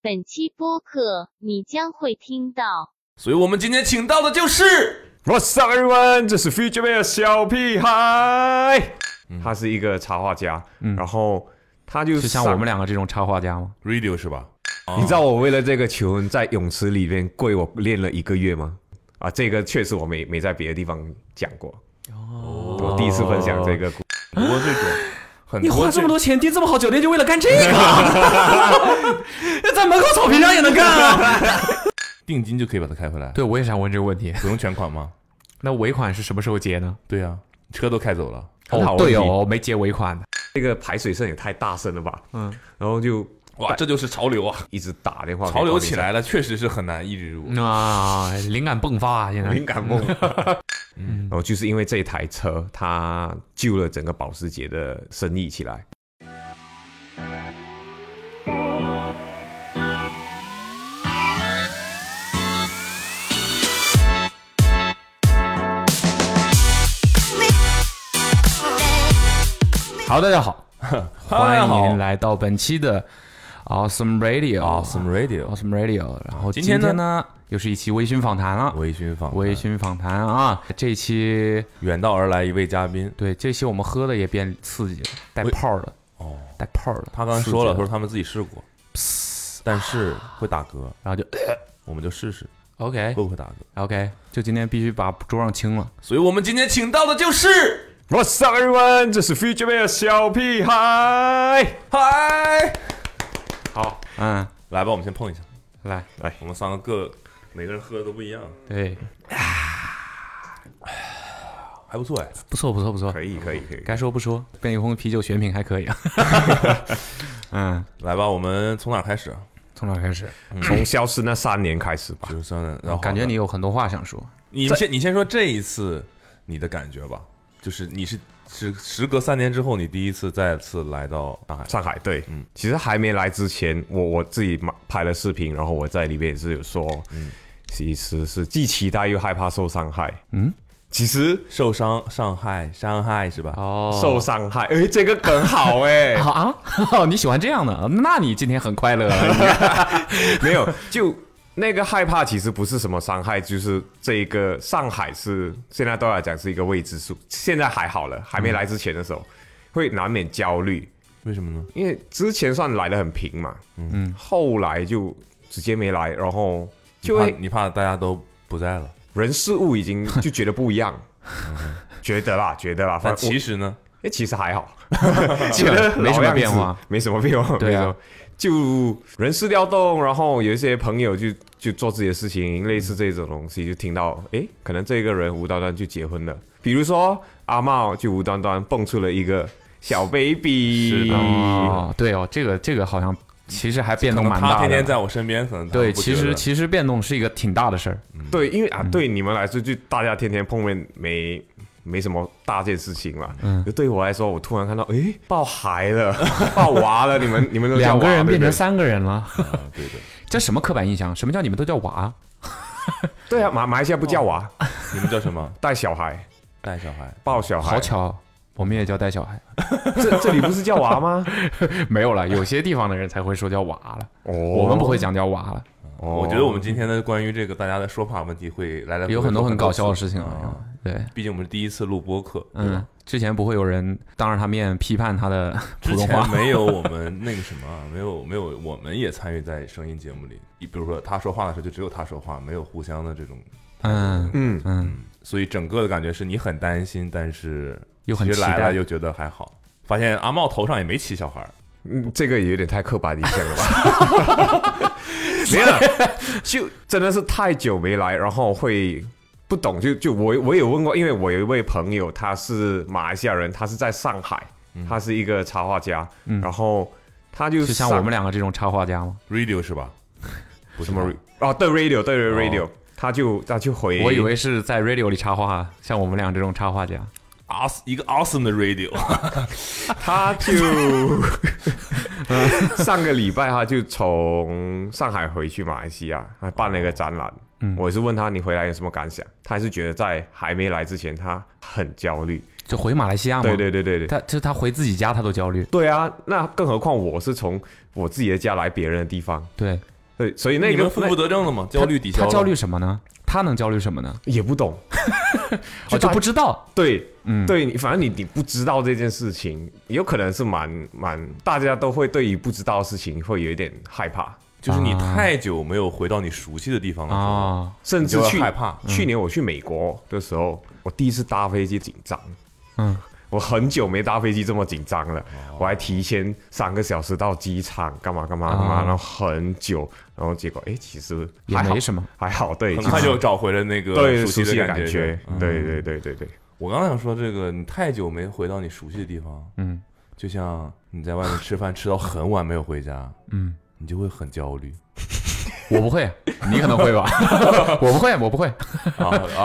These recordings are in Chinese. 本期播客你将会听到。所以我们今天请到的就是，What's up everyone？这是 Future Bear 的小屁孩，他是一个插画家，然后他嗯就就像我们两个这种插画家吗？ Radio 是吧？你知道我为了这个球在泳池里面跪，我练了一个月吗？啊，这个确实我没没在别的地方讲过，哦，我第一次分享这个故，很多这种，很你花多这这种么多钱订这么好酒店，就为了干这个？在门口草坪上也能干啊？定金就可以把它开回来，对，我也想问这个问题。不用全款吗？那尾款是什么时候结呢？对呀、车都开走了，很好哦，问对题哦，没结尾款的。这个排水声也太大声了吧，嗯，然后就哇，这就是潮流啊！一直打电话，潮流起来，了，确实是很难抑制住。啊，灵感迸发啊！现在灵感梦，然后就是因为这台车，它救了整个保时捷的生意起来。好，大家好，大家欢好迎来到本期的 Awesome Radio。 Awesome Radio， Awesome Radio。然后今今天天呢呢，又是一期微醺访谈了。微醺坊，嗯微醺访谈啊，这期远道而来一位嘉宾，对这期我们喝的也变刺激了，带微泡的，哦，带泡的。他刚才说了，刺激他说他们自己试过，但是会打嗝，然后就我们就试试 OK 会不会打嗝。 OK，就今天必须把桌上清了。所以我们今天请到的就是 What's up, everyone？这是 Future Bear 的小屁孩。嗨，好，嗯，来吧，我们先碰一下，来，我们三个各每个人喝的都不一样，对，还不错哎。不错不错不错，可以，可以，可以。该说不说，便利蜂啤酒选品还 可以啊。嗯，来吧，我们从哪儿开始啊？从哪儿开始？从消失那三年开始吧。就是算，然后感觉你有很多话想说。你先你先说这一次你的感觉吧，就是你是时时隔三年之后，你第一次再次来到上海，上海对，嗯其实还没来之前，我我自己嘛拍了视频，然后我在里面也是有说，嗯其实是既期待又害怕受伤害。嗯，其实受伤、伤害、伤害是吧？哦受伤害，哎、这个梗好 哎、好啊， 你喜欢这样的？那你今天很快乐啊了。没有，就那个害怕其实不是什么伤害，就是这一个上海是现在对我来讲是一个未知数。现在还好了，还没来之前的时候，嗯会难免焦虑，为什么呢？因为之前算来的很平嘛，嗯，后来就直接没来，然后就怕会你怕大家都不在了，人事物已经就觉得不一样， 觉得啦，觉得啦，但反正其我实呢，哎其实还好，基觉 本得啊没什老么样变子化，没什么变化，对啊没什么，就人事调动，然后有一些朋友就就做自己的事情，类似这种东西，就听到诶，可能这个人无端端就结婚了，比如说阿茂就无端端蹦出了一个小 baby，是的哦，对哦，这个这个好像其实还变可动能蛮他大天天的。在我身边，可能他对，不其觉实得其实变动是一个挺大的事儿。对，因为嗯啊，对你们来说，就大家天天碰面没。没什么大件事情嘛，嗯，对我来说，我突然看到，诶，抱孩了， 抱娃了，你们你们都叫两个娃人对变不成对三个人了，啊对对， 这什么刻板印象？什么叫你们都叫娃？对啊，马马来西亚不叫娃，哦你们叫什 么？带小孩，带小孩，抱小孩，好巧，我们也叫带小孩。这这里不是叫娃吗？ 没有了，有些地方的人才会说叫娃了，哦， 我我们不会讲叫娃了，哦我觉得我们今天的关于这个大家的说法问题会来来回回有很多很搞笑的次事情啊啊。。对，毕竟我们是第一次录播客，对吧嗯，之前不会有人当着他面批判他的 普之通前话。没有我们那个什么啊，没有没有，我们也参与在声音节目里。你比如说他说话的时候，就只有他说话，没有互相的这种，嗯嗯，嗯，所以整个的感觉是你很担心，但是又很其实来期待了又觉得还好。发现阿茂头上也没骑小孩儿，嗯这个也有点太刻板印象了吧？ 没有，就真的是太久没来，然后会不懂，就就我我有问过，因为我有一位朋友，他是马来西亚人，他是在上海，他是一个插画家，然后他就嗯就像上我们两个这种插画家吗？ radio 是 吧？不什是吧么哦，对 radio 对 radio，、他就他就回，哦我以为是在 radio 里插画，像我们俩这种插画家。 awesome 一个 awesome 的 radio，他就 上个礼拜他就从上海回去马来西亚，还办了一个展览。我也是问他你回来有什么感想，他还是觉得在还没来之前他很焦虑，就回马来西亚啊嘛。对对对对对，他就是他回自己家他都焦虑。对啊，那更何况我是从我自己的家来别人的地方，对，对，所以你那们个负不得正了吗？焦虑抵消他了，焦虑什么呢？他能焦虑什么呢？那也不懂，哦我就不知道。对，嗯，对你，反正你你不知道这件事情，有可能是蛮蛮，大家都会对于不知道的事情会有一点害怕，就是你啊太久没有回到你熟悉的地哦方了。啊，甚至你就会去害怕去年我去美国的时候，我第一次搭飞机紧张，嗯， 我很久没搭飞机这么紧张了，我还提前三个小时到机场，干嘛干嘛干嘛，哦啊然后很久，然后结果哎，其实也还好没什么，还好，对，很其实快就找回了那个对熟悉的感嗯感觉，对对对对对，我刚刚想说这个，你太久没回到你熟悉的地方，嗯，就像你在外面吃饭吃到很晚没有回家，嗯，你就会很焦 虑我不会，你可能会吧？我不会，我不会。啊啊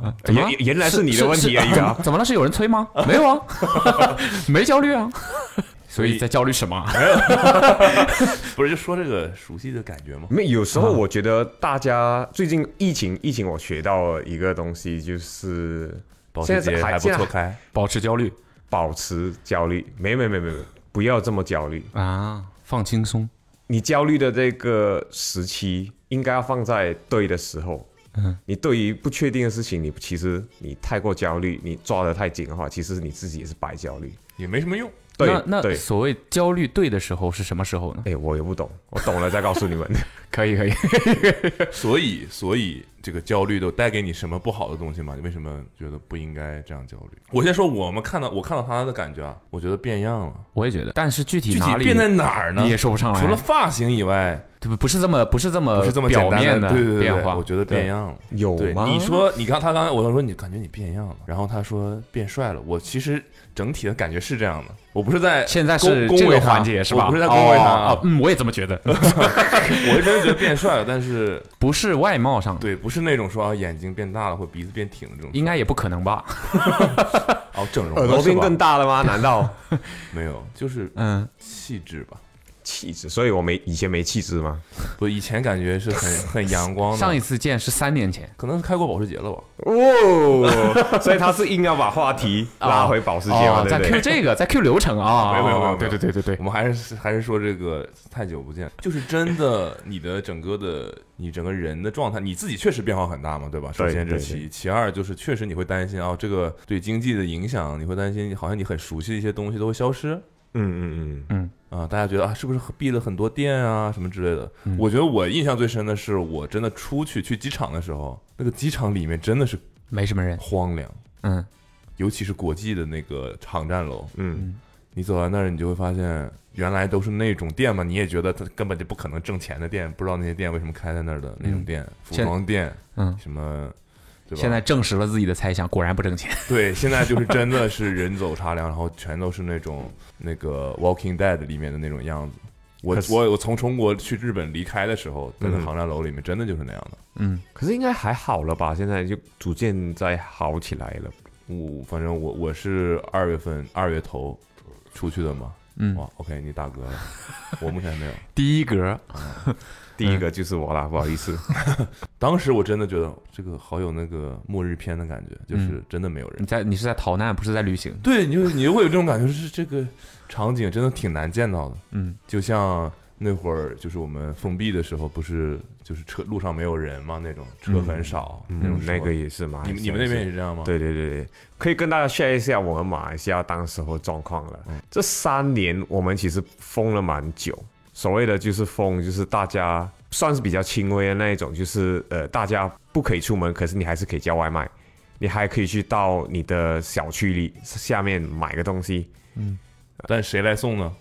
啊！怎么了原原来是你的问题而已啊怎么了？是有人催吗？没有啊， 没焦虑啊。所以在焦虑什么？不是就说这个熟悉的感觉吗？没有时候我觉得大家最近疫情疫情，我学到了一个东西，就是保现时在捷还还不现在错开，保持焦虑保持焦虑，没没没没没，不要这么焦虑。啊，放轻松。你焦虑的这个时期，应该要放在对的时候。嗯，你对于不确定的事情，你其实你太过焦虑，你抓得太紧的话，其实你自己也是白焦虑。也没什么用。对那那对，所谓焦虑对的时候是什么时候呢？哎，我也不懂，我懂了再告 诉你们。可以可以，所以，所以这个焦虑都带给你什么不好的东西吗？你为什么觉得不应该这样焦虑？我先说我们看到我看到他的感觉啊，我觉得变样了，我也觉得，但是具体具体哪里变在哪儿呢你？也说不上来，哎除了发型以外，对不是这么不是这么不是这么简呃表单面的，对对对，变对化，我觉得变样了。有对，吗？你说你刚他刚才我说你感觉你变样了，然后他说变帅了。我其实整体的感觉是这样的，我不是在现在恭是恭这维个他环节是吧？我不是在恭维他哦啊哦，嗯，我也这么觉得，我是真的觉得变帅了，但是不是外貌上，对，不是那种说啊眼睛变大了或鼻子变挺的这种，应该也不可能吧？哦整容耳了朵是变吧？更大了吗？难道没有，就是嗯，气质吧。气质？所以我没以前没气质吗？我以前感觉是很很阳光上的，一次见是三年前，可能开过保时捷了吧？哦，所以他是硬要把话题拉回保时捷哦嘛，对在不 Q 对？这个，在 Q 流程啊，没有没有没有哦对对对对对 我，们还是还是说这个太久不见，就是真的，你的整个的你整个人的状态，你自己确实变化很大嘛，对吧？首先这对其对一其二就是确实你会担心啊、这个对经济的影响，你会担心好像你很熟悉的一些东西都会消失嗯嗯嗯，啊、大家觉得啊，是不是闭了很多店啊什么之类的？嗯我觉得我印象最深的是，我真的出去去机场的时候，那个机场里面真的是没什么人，荒凉，嗯，尤其是国际的那个航站楼，嗯，你走到那儿，你就会发现，原来都是那种店嘛，你也觉得它根本就不可能挣钱的店，不知道那些店为什么开在那儿的那种店，服嗯现装店，嗯什么，对吧？现在证实了自己的猜想，果然不挣钱， 对，现在就是真的是人走茶凉，然后全都是那种那个《Walking Dead》里面的那种样子。我可是我我从中国去日本离开的时候，在那嗯航站楼里面，真的就是那样的。嗯，可是应该还好了吧？现在就逐渐在好起来了。嗯我反正我我是二月份二月头出去的嘛，嗯哇，OK，你打嗝了，我目前没有。第一格，第一个就是 我啦，不好意思，当时我真的觉得这个好有那个末日片的感嗯觉，就是真的没有人。你在你是在逃难，不是在旅行，对，你就你就会有这种感觉，就是这个场景真的挺难见到的。嗯，就像那会儿就是我们封闭的时候，不是就是车路上没有人嘛，那种车很少、那种嗯，时候那个也是嘛。你还们是你们那边也？是这样吗？，对对对对，可以跟大家 share 一下我们马来西亚当时候状况了。嗯这三年我们其实封了蛮久，所谓的就是封，就是大家算是比较轻微的那一种，就是呃，大家不可以出门，可是你还是可以叫外卖，你还可以去到你的小区里下面买个东西，但谁来送呢？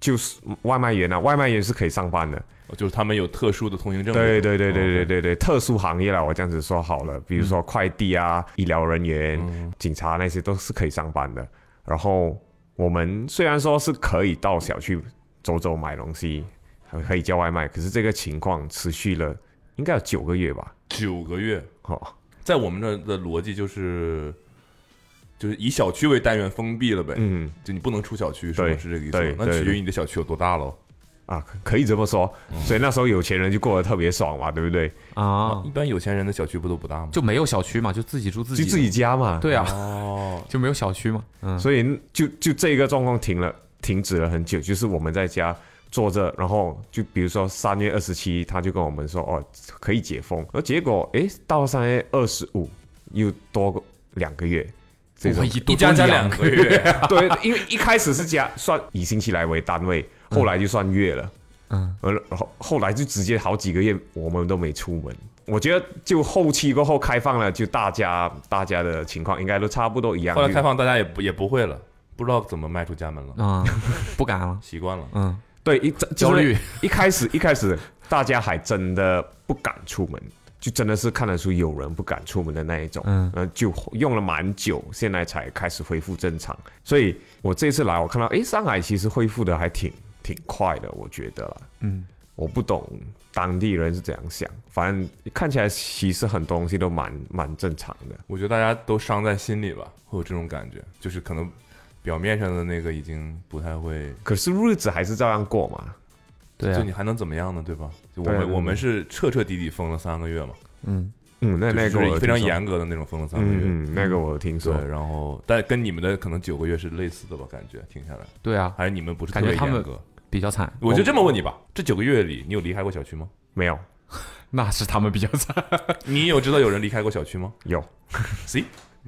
就是外卖员啊，外卖员是可以上班的。哦就是他们有特殊的通行证。哦对对对对对对。对对，特殊行业了，我这样子说好了，比嗯如说快递啊、医疗人员、警察那些都是可以上班的。然后我们虽然说是可以到小区走走买东西，还可以叫外卖，可是这个情况持续了应该有九个月吧。九个月，哦，在我们这儿的逻辑就是。就是以小区为单元封闭了呗，嗯，就你不能出小区，是对吗？是这个意思吗对？那对取决于你的小区有多大喽。啊，可可以这么说。嗯所以那时候有钱人就过得特别爽嘛，对不对？啊一，般有钱人的小区不都不大吗？就没有小区嘛，就自己住自己的，就自己家嘛。对啊，哦，就没有小区嘛，嗯，所以就就这个状况停了，停止了很久，就是我们在家坐着，然后就比如说三月二十七，他就跟我们说哦可以解封，而结果诶到三月二十五又多个两个月，这我种一 一多家加多两个月，对，因为一开始是加算以星期来为单位，嗯后来就算月了，嗯，而后后来就直接好几个月我们都没出门。我觉得就后期过后开放了，就大家大家的情况应该都差不多一 样。后来就开放大家也不也不会了，不知道怎么迈出家门了，啊，不敢 了，习惯了。嗯，对，一这焦虑。一开始一开始，大家还真的不敢出门，就真的是看得出有人不敢出门的那一种。嗯呃，就用了蛮久，现在才开始恢复正常。所以我这次来，我看到诶，上海其实恢复的还挺挺快的，我觉得啦。嗯，我不懂当地人是怎样想，反正看起来其实很多东西都蛮蛮正常的。我觉得大家都伤在心里吧，会有这种感觉，就是可能表面上的那个已经不太会，可是日子还是照样过嘛。对就啊你，还能怎么样呢？对啊吧？就我对们对对我们是彻彻底底封了三个月嘛，嗯，嗯，那那就个是我有非常听说。严格的那种封了三个月。嗯嗯，那个我有听说。对，然后但跟你们的可能九个月是类似的吧？感觉听下来，对啊，还是你们不是特感觉别他们严格？比较惨，哦我就这么问你吧，这九个月里，你有离开过小区吗？没有，那是他们比较惨，你有知道有人离开过小区吗有， ？C，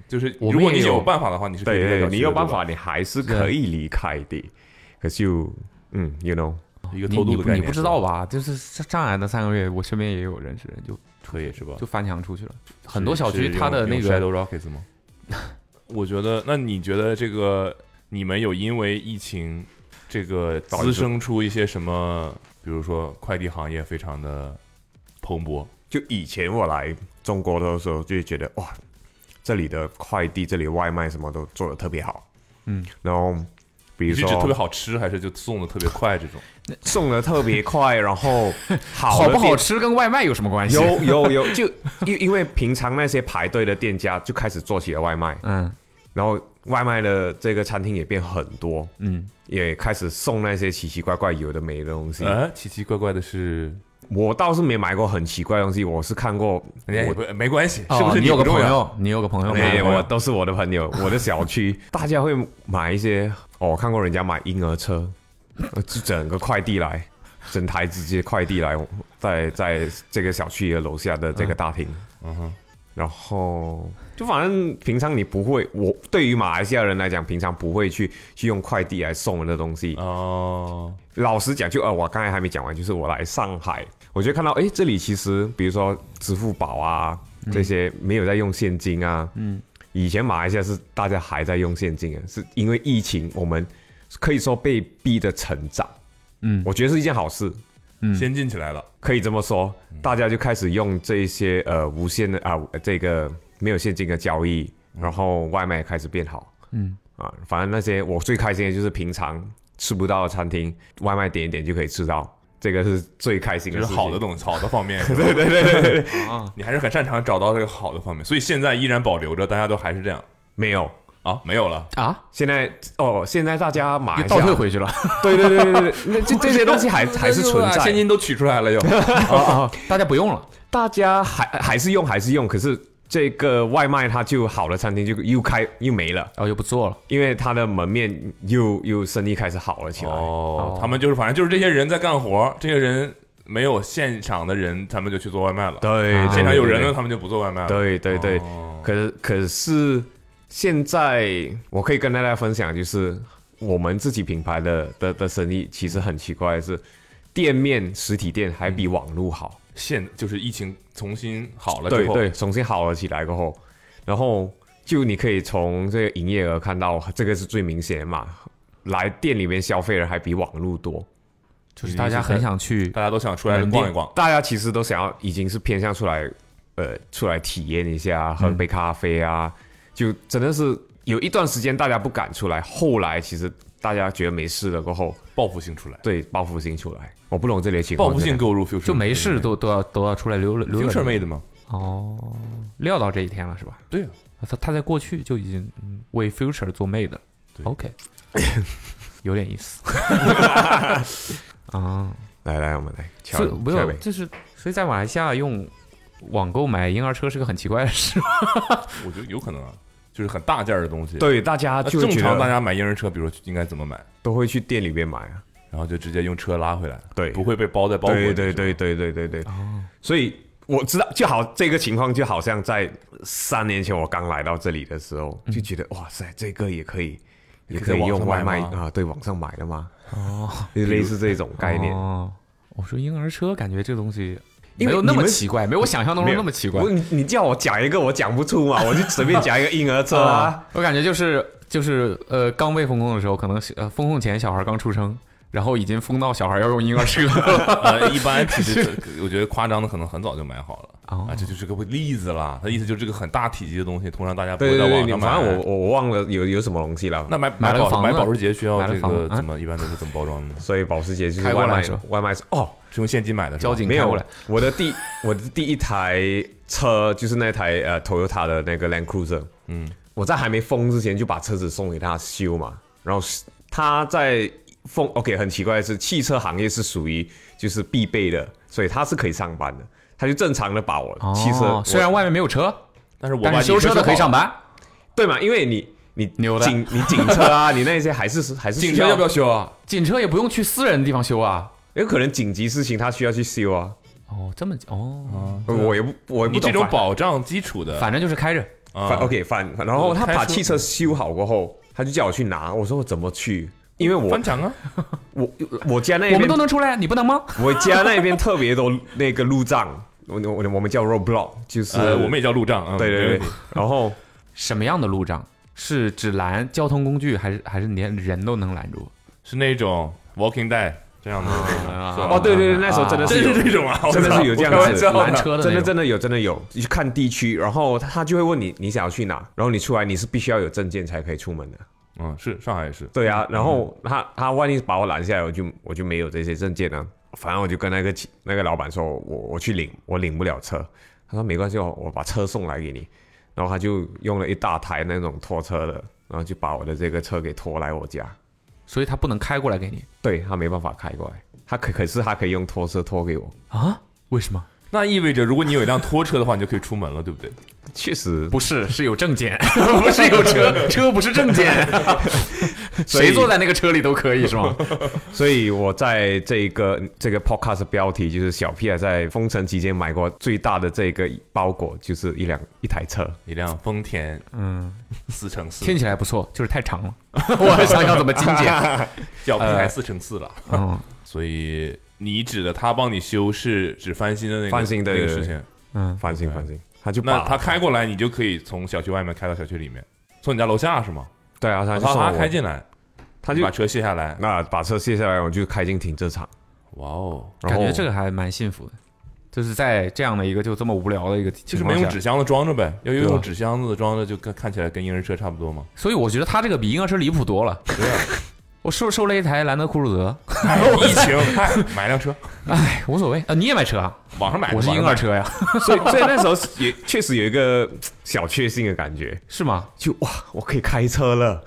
就是我们如果也你有有办法的话，你是可以离开小对对，区你有的办，法，你还是可以离开的。可是就，嗯，you know，对吧一个你偷你渡的概念，你不知道？吧？就是上海那三个月，我身边也有认识人就可以是吧？就翻墙出去了，很多是小是区用它的那用个 Shadow Rockets 吗？我觉得，那你觉得这个你们有因为疫情这个导致滋生出一些什么？比如说快递行业非常的蓬勃，就以前我来中国的时候，就觉得哇，这里的快递、这里的外卖什么都做的特别好。嗯，然后比你如是指特别说好吃，还是就送的特别快这种？送的特别快，然后好好的不好店？吃跟外卖有什么关系？有有有，就因因为平常那些排队的店家就开始做起了外卖，嗯然后外卖的这个餐厅也变很多，嗯，也开始送那些奇奇怪怪有的没的东西。哎啊，奇奇怪怪的是，我倒是没买过很奇怪的东西，我是看过人家也不没关系，是哎哦不是你有个不重朋要？哎友，你有个朋友没吗，哎有，我都是我的朋友， 我的小区，大家会买一些哦，我看过人家买婴儿车，呃就整个快递来，整台直接快递来，在在这个小区的楼下的这个大厅，嗯哼，然后就反正平常你不会，我对于马来西亚人来讲，平常不会去去用快递来送人的东西，哦，老实讲就，呃，我刚才还没讲完，就是我来上海，我就看到，诶，这里其实比如说支付宝啊这些没有在用现金啊，嗯，以前马来西亚是大家还在用现金啊，是因为疫情，我们可以说被逼的成长，嗯我觉得是一件好事，先进起来了，可以这么说，嗯大家就开始用这一些呃无限的啊、这个没有现金的交易，嗯然后外卖开始变好，嗯啊，反正那些我最开心的就是平常吃不到的餐厅，外卖点一点就可以吃到，这个是最开心就的是事情。好的东西， 好的方面，对对对对对，啊，你还是很擅长找到这个好的方面，所以现在依然保留着，大家都还是这样没有。啊，没有了。啊，现在哦，现在大家马又来西倒退亚，回去了，对对对对对，那这这些东 西还还是存啊在现金都取出来了又。啊啊， 大家不用了，大家还还是用还是用，可是这个外卖它就好的餐厅就又开又没了，然后又不做了，因为它的门面又又生意开始好了起来。哦哦，他们就是反正就是这些人在干活，这些人没有现场的人，他们就去做外卖了。对，啊对现场有对人对了，他们就不做外卖了。对对对，哦可是可是现在我可以跟大家分享，就是我们自己品牌的的的生意其实很奇怪的是，店面实体店还比网络好。现就是疫情重新好了对之后，对，重新好了起来过后，然后就你可以从这个营业额看到，这个是最明显的嘛。来店里面消费人还比网络多，就是大家很想去大家都想出来逛一逛。哦大家其实都想要，已经是偏向出来，呃，出来体验一下，喝杯咖啡啊，就真的是有一段时间大家不敢出来，后来其实大家觉得没事了过后，报复性出来，对报复性出来，我不懂这类情况，报复性购入 future 就没事都都要都要出来溜了溜 future 了。 made 吗？哦，料到这一天了是吧？对啊，他他在过去就已经嗯为 future 做 made 了对 ，OK，有点意思。啊，来来，我们来敲所以没下有，面。就是所以在马来西亚用网购买婴儿车是个很奇怪的事。我觉得有可能啊，就是很大件儿的东西。，对，大家就正觉常大得家买婴儿车，比如说应该怎么买，都会去店里面买啊。然后就直接用车拉回来，对不会被包在包裹里。对对对对对对对。所以我知道，就好这个情况，就好像在三年前我刚来到这里的时候，就觉得哇塞，这个也可以，也可以用外卖也可以在网上买吗啊，对，网上买的嘛。哦，就 类似这种概念。哦，我说婴儿车，感觉这个东西因为没有那你么们奇怪，没有我想象当没中有那么奇怪我。你你叫我讲一个，我讲不出嘛，我就随便讲一个婴儿车 啊。我感觉就是就是呃，刚被封控的时候，可能呃封控前小孩刚出生，然后已经封到小孩要用婴儿车了。 呃，一般其实我觉得夸张的可能很早就买好了哦啊，这就是个例子啦。他意思就是这个很大体积的东西，通常大家不对会在对对，网你上买。反正我我忘了有有什么东西了。那买买了个保房子买保时捷需要买了这房个子啊怎么一般都是怎么包装的呢？所以保时捷就是开过外来卖是吧外卖车哦，是用现金买的是吧？交警没开过有来，我的第我的第一台车就是那台呃 Toyota 的那个 Land Cruiser，嗯，我在还没封之前就把车子送给他修嘛，然后是他在封 OK 很奇怪的是，汽车行业是属于就是必备的，所以他是可以上班的，他就正常的把我汽车、哦我虽然外面没有车，但是我但把是修车的可以上班。班。对嘛，因为你你牛的警你警车 啊，你那些还是还是需警车要不要修啊？警车也不用去私人的地方修啊。有可能紧急事情他需要去修啊，哦，这么哦，我也不我也你这不懂啊种反保障基础的，反正就是开着。啊反呃 OK 反，反然后他开把车汽嗯车修好过后，他就叫我去拿，我说我怎么去？因为我翻墙啊，我我家那我们都边能出来，你不能吗？我家那边特别多那个路障，我我我们叫 roadblock，就是呃，我们也叫路障啊。对没对问对题，然后什么样的路障是只拦交通工具，还是还是连人都能拦住？是那种 Walking Dead 这样的啊是吧哦对对对，那时候真 的真是是有这种啊，我真的操是有这样我开子玩笑拦车的真的那种真的有真的有，你去看地区，然后他他就会问你你想要去哪，然后你出来你是必须要有证件才可以出门的。嗯，是上海也是，对啊，然后嗯他他万一把我拦下来，我就我就没有这些证件啊。反正我就跟那个骑那个老板说，我我去领，我领不了车。他说没关系，我我把车送来给你。然后他就用了一大台那种拖车的，然后就把我的这个车给拖来我家。所以他不能开过来给你对他没办法开过来，他可可是他可以用拖车拖给我。啊？为什么？那意味着如果你有一辆拖车的话，你就可以出门了，对不对？确实，不是，是有证件， 不是有车，车不是证 件，所以谁坐在那个车里都可以是吗？所以我在这个这个 podcast 的标题就是小屁啊在封城期间买过最大的这个包裹就是一辆一台车。一辆丰田嗯， 四乘四， 听起来不错，就是太长 了，我想想怎么精简。 叫平台四乘四了。 嗯所以你指的他帮你修是指翻新的那个翻新的那个对事情，嗯，放啊心放心，他就那把他开过来，你就可以从小区外面开到小区里面，从你家楼下是吗？对啊，他他就送他我开进来，他你就把车卸下来，那把车卸下来，我就开进停车场。哇哦，然感后觉这个还蛮幸福的，就是在这样的一个就这么无聊的一个就情是没况用下，纸箱子装着呗，要对用啊纸箱子装着就看看起来跟婴儿车差不多嘛。所以我觉得他这个比婴儿车离谱多了。对、啊 我收收了一台兰德酷路泽，哎疫情，哎买辆车，哎，无所谓啊，你也买车啊？网上买的，我是网上婴买儿的，车呀，所以所以那时候是也确实有一个小确幸的感觉， 是吗？就哇，我可以开车了。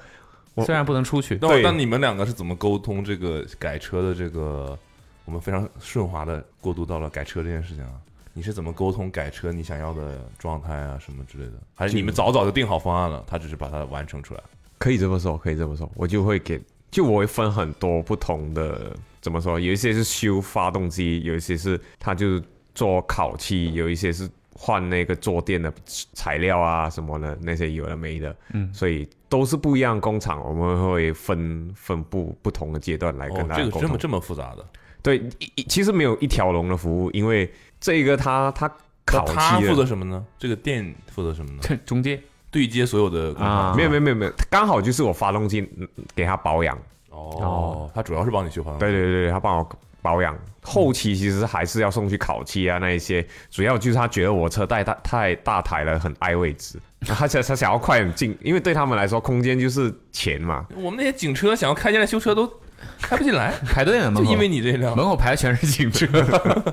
我虽然不能出去，那我对那你们两个是怎么沟通这个改车的这个？我们非常顺滑的过渡到了改车这件事情啊。你是怎么沟通改车你想要的状态啊什么之类的？还是你们早早就定好方案了，他只是把它完成出来？可以这么说，可以这么说，我就会给，就我会分很多不同的，怎么说？有一些是修发动机，有一些是他就是做烤漆，有一些是换那个坐垫的材料啊什么的，那些有的没的，嗯，所以都是不一样的工厂，我们会分分布不同的阶段来跟哦，大家这个沟通。这么这么复杂的，对，一一其实没有一条龙的服务，因为这个他他那烤他漆负责的，什么呢？这个店负责什么呢？这 中介对接所有的工厂啊没有没有没有没有，刚好就是我发动机嗯给他保养，哦，他主要是帮你修发动机。对对对，他帮我保养，后期其实还是要送去烤漆啊那一些，主要就是他觉得我车太大太大台了，很碍位置，他想他想要快点进，因为对他们来说空间就是钱嘛，我们那些警车想要开进来修车都开不进来， 排队呢，就门口因为你这辆门。口排的全是警车。啊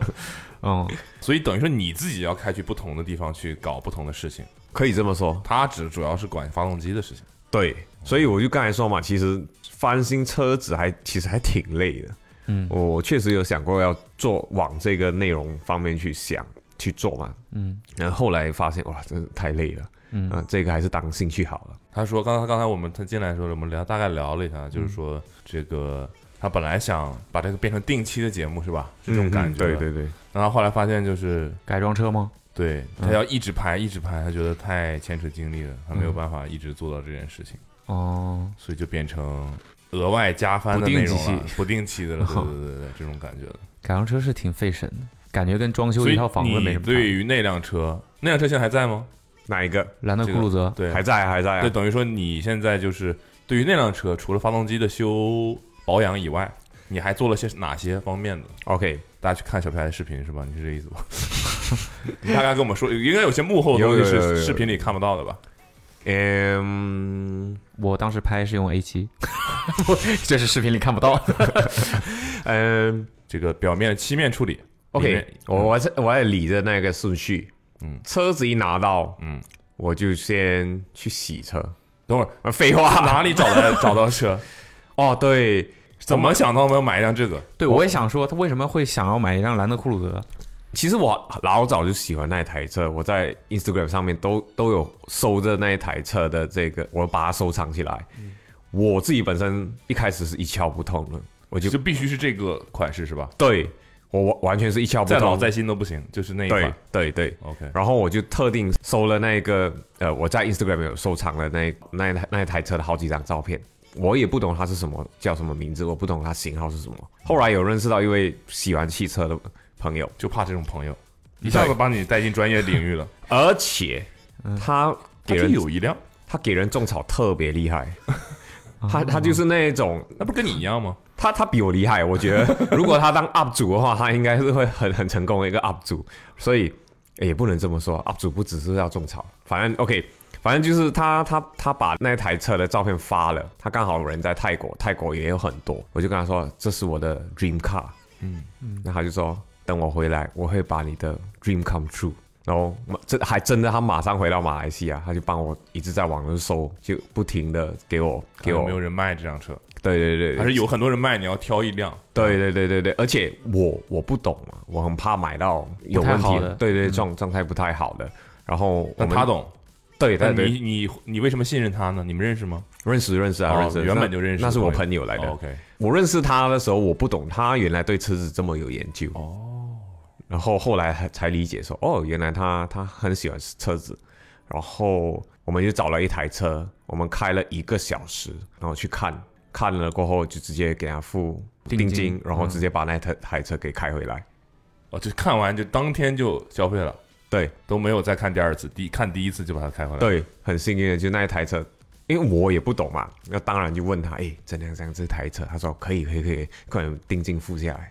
嗯，所以等于说你自己要开去不同的地方去搞不同的事情，可以这么说，他只主要是管发动机的事情。对，所以我就刚才说嘛，其实翻新车子还其实还挺累的。嗯我确实有想过要做往这个内容方面去想去做嘛，嗯然后后来发现哇，真的太累了，嗯啊，这个还是当兴趣好了。他说刚才刚才我们他进来的时候，我们聊大概聊了一嗯下，就是说这个他本来想把这个变成定期的节目是吧？这嗯种感觉。嗯对。对对，然后后来发现就是改装车吗？对他要一直拍一直拍，他觉得太牵扯精力了，他没有办法一直做到这件事情，哦，所以就变成额外加番的不定内容期了，不定期的了，对对对对，这种感觉了。改装车是挺费神的，感觉跟装修所一以套房子没你什么差。对于那辆车，那辆车现在还在吗？哪一个兰德酷路泽，对，还在还在对，啊？等于说你现在就是对于那辆车，除了发动机的修保养以外，你还做了些哪些方面的？ OK，大家去看小屁孩的视频是吧？你是这意思吧？ 你大概跟我们说，应该有些幕后的有东西有有有有是视频里看不到的吧？嗯我当时拍是用 A 七， 这是视频里看不到。嗯这个表面漆面处理里，OK，面我我在我在理着那个顺序，嗯车子一拿到，嗯，我就先去洗车。等会儿啊废话， 哪里找 的找到车？哦，对，怎么想到我们要买一辆这个？对，我也想说，他为什么会想要买一辆兰德酷路泽？其实我老早就喜欢那一台车，我在 Instagram 上面都都有收着那一台车的这个，我把它收藏起来。我自己本身一开始是一窍不通的，我就就必须是这个款式是吧？对我完完全是一窍不再老通，再新都不行，就是那一对款。对对。 OK，然后我就特定收了那个呃，我在 Instagram 有收藏了那那一台那一台车的好几张照片。我也不懂它是什么叫什么名字，我不懂它型号是什么。后来有认识到一位喜欢汽车的朋友，就怕这种朋友一下子把你带进专业领域了。而且他他给就人有一辆，他给人种草特别 厉害，哦他他就是那一种，那不是跟你一样吗？他他比我厉害，我觉 得如果他当 UP 主的话，他应该是会很很成功的一个 UP 主，所以诶也不能这么说，UP 主不只是要种草，反正 OK。反正就是他，他他把那台车的照片发了，他刚好人在泰国，泰国也有很多，我就跟他说这是我的 dream car，嗯嗯，那他就说等我回来，我会把你的 dream come true。然后这还真的，他马上回到马来西亚，他就帮我一直在网上搜，就不停的给我给看有我啊没，有人卖这辆车？对对对，还是有很多人卖，你要挑一辆。对对对对对，而且我我不懂嘛，我很怕买到有不太问好题的对对状状态不太好的。然后我但嗯们他，懂，对对但对，你你你为什么信任他呢？你们认识吗？认识认识啊，哦认识，原本那就认识那是我朋哦朋友来的。 OK，我认识他的时候，我不懂他原来对车子这么有研究哦。然后后来还才理解说，哦，原来他他很喜欢车子。然后我们就找了一台车，我们开了一个小时，然后去看看了过后，就直接给他付定定金金，然后直嗯接把那台台车给开回来。哦，就看完就当天就消费了，对，都没有再看第二次，第看第一次就把它开回来。，对，很幸运的，就那一台车，因为我也不懂嘛，那当然就问他，哎，怎样怎样这台车？他说可以可以可以，快点定金付下来，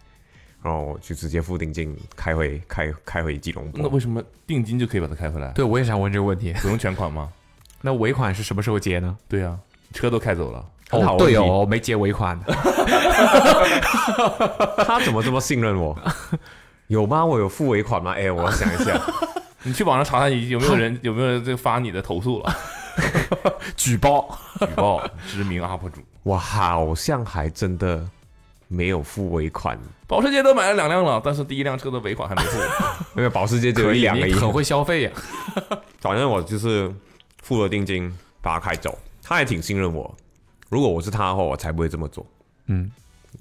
然后我就直接付定金开回开开回吉隆那坡。为什么定金就可以把它开回来？，对，我也想问这个问题。不用全款吗？ 那尾款是什么时候结呢？对呀、车都开走了，很好哦，问对题哦，我没结尾款的。他怎么这么信任我？有吗？我有付尾款吗？哎，我想一 下，你去网上查查有没有 人有没有人这个发你的投诉了，举报举报知名 UP 主，我好像还真的没有付尾款，保时捷都买了两辆了，但是第一辆车的尾款还没付。因为保时捷只有一两个你亿。很会消费呀、啊反正我就是付了定金，把他开走。他也挺信任我，如果我是他的话，我才不会这么做。嗯，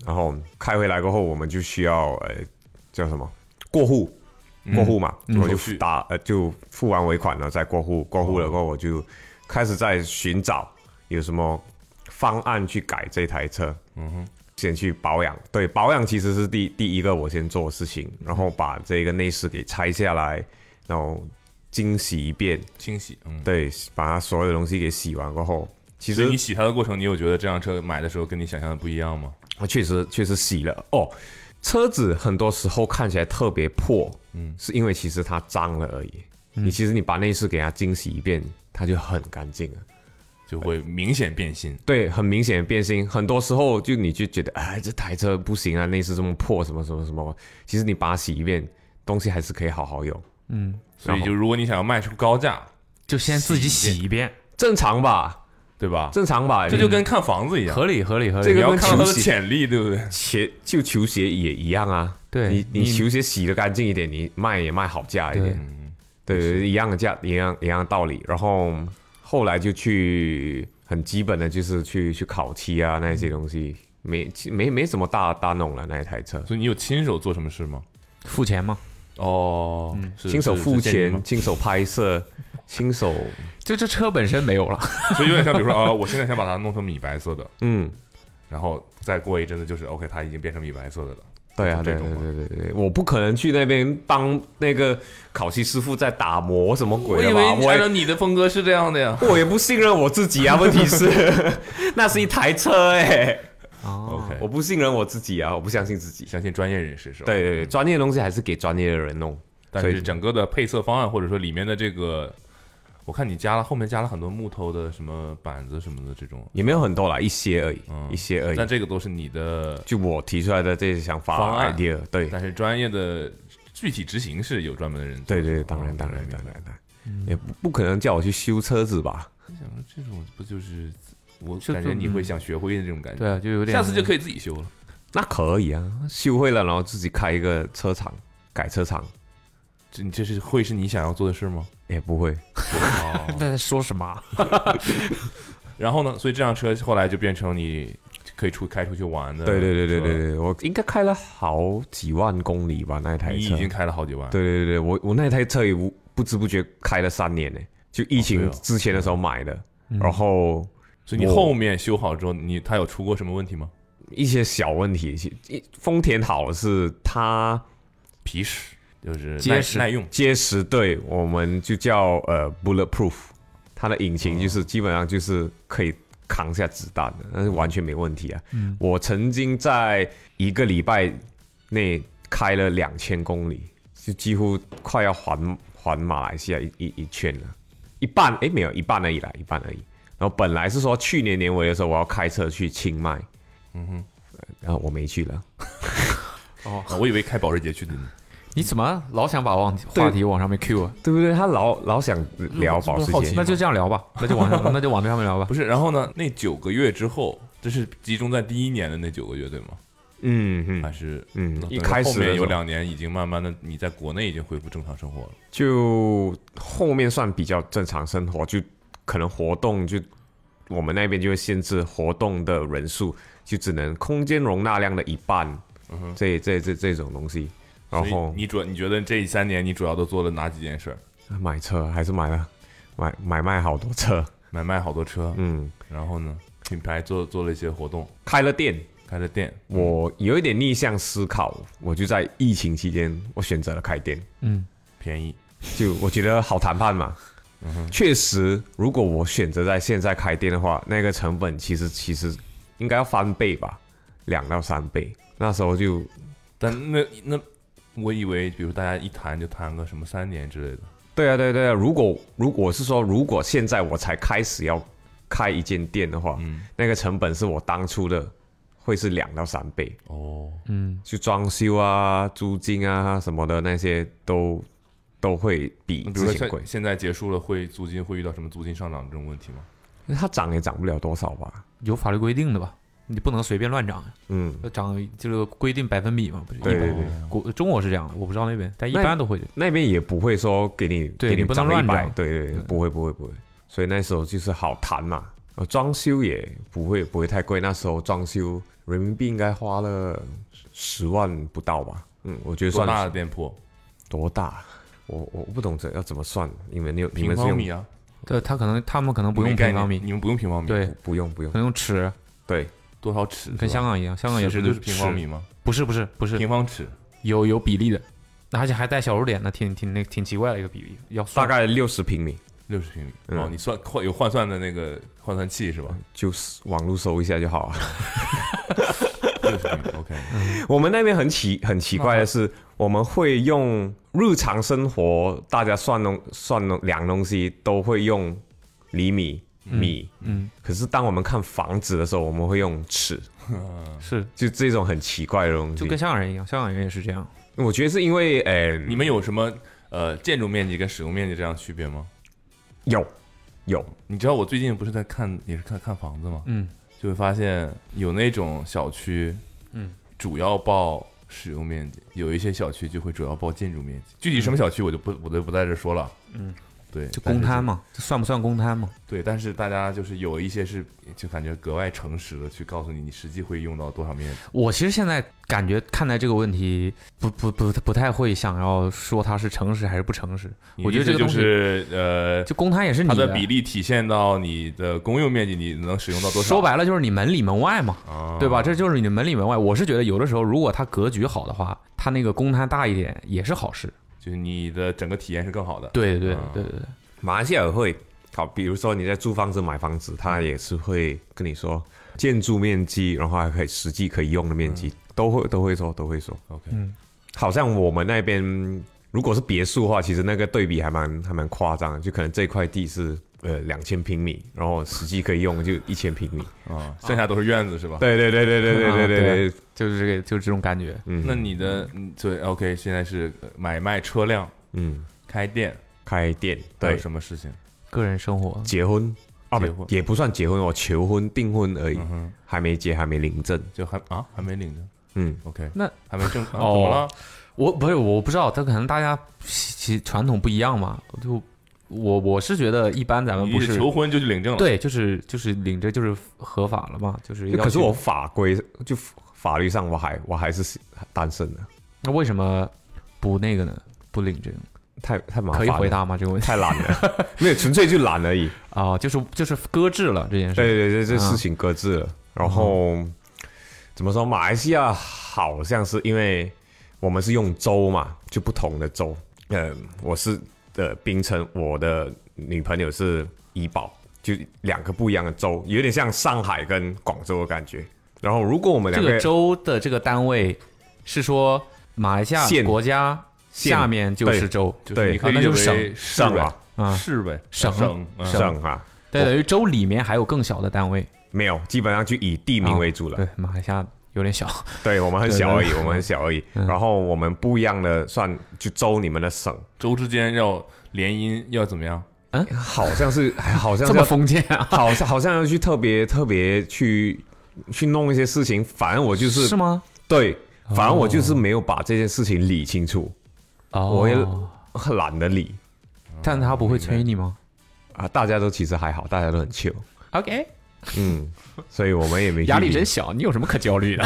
然后开回来过后，我们就需要呃叫什么过户，过户嘛，我手就续打呃就付完尾款了再过户，过户了过后我就开始在寻找有什么方案去改这台车。嗯哼。先去保养，对保养其实是第第一个我先做的事情，然后把这个内饰给拆下来，然后清洗一遍，清洗，嗯，对，把它所有的东西给洗完过后，其所以实你洗它的过程，你有觉得这辆车买的时候跟你想象的不一样吗？我确实确实洗了哦。车子很多时候看起来特别破，嗯，是因为其实它脏了而已。嗯你其实你把内饰给它清洗一遍，它就很干净了。就会明显变心。对，很明显的变心。很多时候就你就觉得，哎，这台车不行啊，内饰这么破，什么什么什么。其实你把它洗一遍，东西还是可以好好用，所以就如果你想要卖出高价，就先自己洗一遍。正常吧？对吧？正常吧？这就跟看房子一样，合理合理合理。这你个嗯要跟看到它的球鞋潜力，对不对？鞋就球鞋也一样啊。对你你你球鞋洗的干净一点，你卖也卖好价一点，嗯对，一样的价，一样一样的道理。然后后来就去很基本的就是去去烤漆啊那些东西，没没没什么大大弄了那一台车，所以你有亲手做什么事吗？付钱吗？哦，是嗯亲手是付是建议钱，吗亲手拍摄，亲手就这车本身没有了，所以有点像，比如 说啊，我现在想把它弄成米白色的，嗯。然后再过一阵子就是 OK，它已经变成米白色的了。对就啊，对这对种嘛对对对，我不可能去那边帮那个烤漆师傅在打磨什么鬼的吧？我也你的风格是这样的呀。我也不信任我自己啊，问题是 那是一台车哎、哦 OK，我我不信任我自己啊，我不相信自己。嗯相信专业人士是吧？嗯对对对，专业的东西还是给专业的人弄。但所是以整个的配色方案或者说里面的这个，我看你加了后面加了很多木头的什么板子什么的这种，也没有很多啦，一些而已，嗯一些而已但。这个都是你的，就我提出来的这些想法方案 idea，对但是专业的具体执行是有专门的人做对的。对，当然当然明白当然当然，也不不可能叫我去修车子吧？我想说这种不就是我就感觉就你会想学会的这种感觉。对啊，就有点。下次就可以。以自己修了。那可以啊，修会了然后自己开一个车厂，改车厂这你这是会是你想要做的事吗？也不会。哦， 在说什么啊？然后呢？所以这辆车后来就变成你可以出开出去玩的。对对对对对是吧，对，我应该开了好几万公里吧，那一台你车。已经开了好几万。对对对对，我我那台车也不不知不觉开了三年呢，就疫哦情对哦之前的时候买的，然后所以你我后面修好之后，你它有出过什么问题吗？一些小问题，其一丰田好的是它皮实，就是结耐实耐用。结实，对我们就叫呃 bulletproof，它的引擎就是基本上就是可以扛下子弹的，那是完全没问题啊。我曾经在一个礼拜内开了两千公里，就几乎快要环环马来西亚一一一圈了，一半诶，没有一半而已啦，一半而已。然后本来是说去年年尾的时候我要开车去清迈，嗯哼，然后我没去了。啊我以为开保时捷去的呢，你怎么老想把往对话题往上面 Q 啊？对不对？他老老想聊保时好奇捷，嗯那就这样聊吧，那就往上，那就往这上面聊吧不。是？然后呢？那九个月之后，这是集中在第一年的那九个月，对吗？嗯嗯还，是嗯等一到开始后面的时有候两年已经慢慢的你在国内已经恢复正常生活了。就后面算比较正常生活，就可能活动就我们那边就会限制活动的人数，就只能空间容纳量的一半，这这这这种东西。然嗯所后以你主你觉得这三年你主要都做了哪几件事儿？买车还是买了，买买卖好多车，买卖好多车，嗯，然后呢，品牌做做了一些活动，开了店。开了店。我有一点逆向思考，我就在疫情期间，我选择了开店。便宜，就我觉得好谈判嘛。确实，如果我选择在现在开店的话，那个成本其实其实应该要翻倍吧，两到三倍。那时候就但那那我以为，比如大家一谈就谈个什么三年之类的，对啊，对啊对啊。如果如果是说，如果现在我才开始要开一间店的话，那个成本是我当初的会是两到三倍，哦，就装修啊、租金啊什么的那些都都会比那比如之说前贵现。现在结束了，会租金会遇到什么租金上涨这种问题吗？它涨也涨不了多少吧？有法律规定的吧？你不能随便乱涨，嗯，要涨就是规定百分比嘛，不是？对对一般国中国是这样，我不知道那边，但一那般都会。那边也不会说给你对给你不能涨了乱一百，涨对对对，不会不嗯会不会。所以那时候就是好谈嘛，呃，装修也不会不会太贵。那时候装修人民币应该花了十万不到吧？嗯，我觉得多算大的是店铺？多大？我我不懂这要怎么算，你们有你平们是方米用啊，对呃他可能他们可能不没用概平方念米，你们不用平方米，，对，不用不用可能用尺，嗯对多少尺？跟香港一样，香港也是是吧尺不就是平方米尺，吗？不是不是不是平方尺，有有比例的，而且还带小数点的，挺挺那挺奇怪的一个比例，要大算概六十平米，六十平米。嗯哦，你算换有换算的那个换算器是吧？嗯就是网络搜一下就好啊。六十平米，OK，我们那边很奇很奇怪嗯的是，我们会用日常生活大家算东算东量东西都会用厘米米，嗯，可是当我们看房子的时候，我们会用尺，是就这种很奇怪的东就跟西。香港人一样，香港人也是这样，我觉得是因为呃，你们有什么呃建筑面积跟使用面积这样区别吗？有有，你知道我最近不是在看，也是看看房子嘛，嗯，就会发现有那种小区，嗯，主要报使用面积，有一些小区就会主要报建筑面积。具体什么小区我就不，我就不在这说了。嗯，对，就但公是摊嘛，这算不算公摊嘛？对，但是大家就是有一些是就感觉格外诚实的去告诉你，你实际会用到多少面积。我其实现在感觉看待这个问题，不不不不太会想要说它是诚实还是不诚实。你我觉得意思这个就东西是呃，就公摊也是你它的比例体现到你的公用面积，你能使用到多少？说白了就是你门里门外嘛，啊，对吧？这就是你门里门外。我是觉得有的时候，如果它格局好的话，它那个公摊大一点也是好事。就是你的整个体验是更好的。对对啊对对对，马来西亚也会好，比如说你在租房子、买房子，他也是会跟你说建筑面积，然后还可以实际可以用的面嗯积，都会都会说都会说。 OK，好像我们那边如果是别墅的话，其实那个对比还蛮还蛮夸张的，就可能这块地是呃两千平米，然后实际可以用就一千平米。啊，剩下都是院子是吧？ 对对对对对对对对对，啊就是这个就是这种感觉。嗯，那你的嗯对 OK，现在是呃买卖车辆、嗯开店，开店还有对什么事情？个人生活，结婚。啊，结不婚也不算结婚哦，求婚订婚而已，嗯哼，还没结，还没领证。就还啊还没领着嗯， ，OK，那还没正啊怎哦么了？我不是我不知道，他可能大家习习传统不一样嘛。就我我是觉得一般咱们你不是是求婚就去领证了？，对，就是就是领着就是合法了嘛，就是嗯要可是去我法规就法律上我还我还是单身的，那为什么不那个呢？不领证太太麻烦可了。以回答吗？这个问题太懒了， 没有，纯粹就懒而已。啊，就是就是啊搁置了这件事。对对对，这事情搁置了。然后、怎么说？马来西亚好像是因为我们是用州嘛，就不同的州。嗯、我是呃槟城，我的女朋友是怡保，就两个不一样的州，有点像上海跟广州的感觉。然后如果我们这两个个州的这个单位是说马来西亚县国家县下面就是州就是你可以啊理解那就是为市省呗啊，啊，市呗，省省嗯省啊，对，等于州里面还有更小的单位。啊没有，基本上就以地名为主了。哦对，马来西亚有点小。对我们很小而已，我们很小而已。嗯然后我们不一样的算就州你们的省，州之间要联姻要怎么样？好像是哎好像是这么要封建啊？好像好像要去特别特别去去弄一些事情。反正我就是 是吗？对，反正我就是没有把这件事情理清楚，哦，我也懒得理但他不会催你吗啊。大家都其实还好，大家都很 chill， ？OK，嗯，所以我们也没去 压力理 真小，你有什么可焦虑的？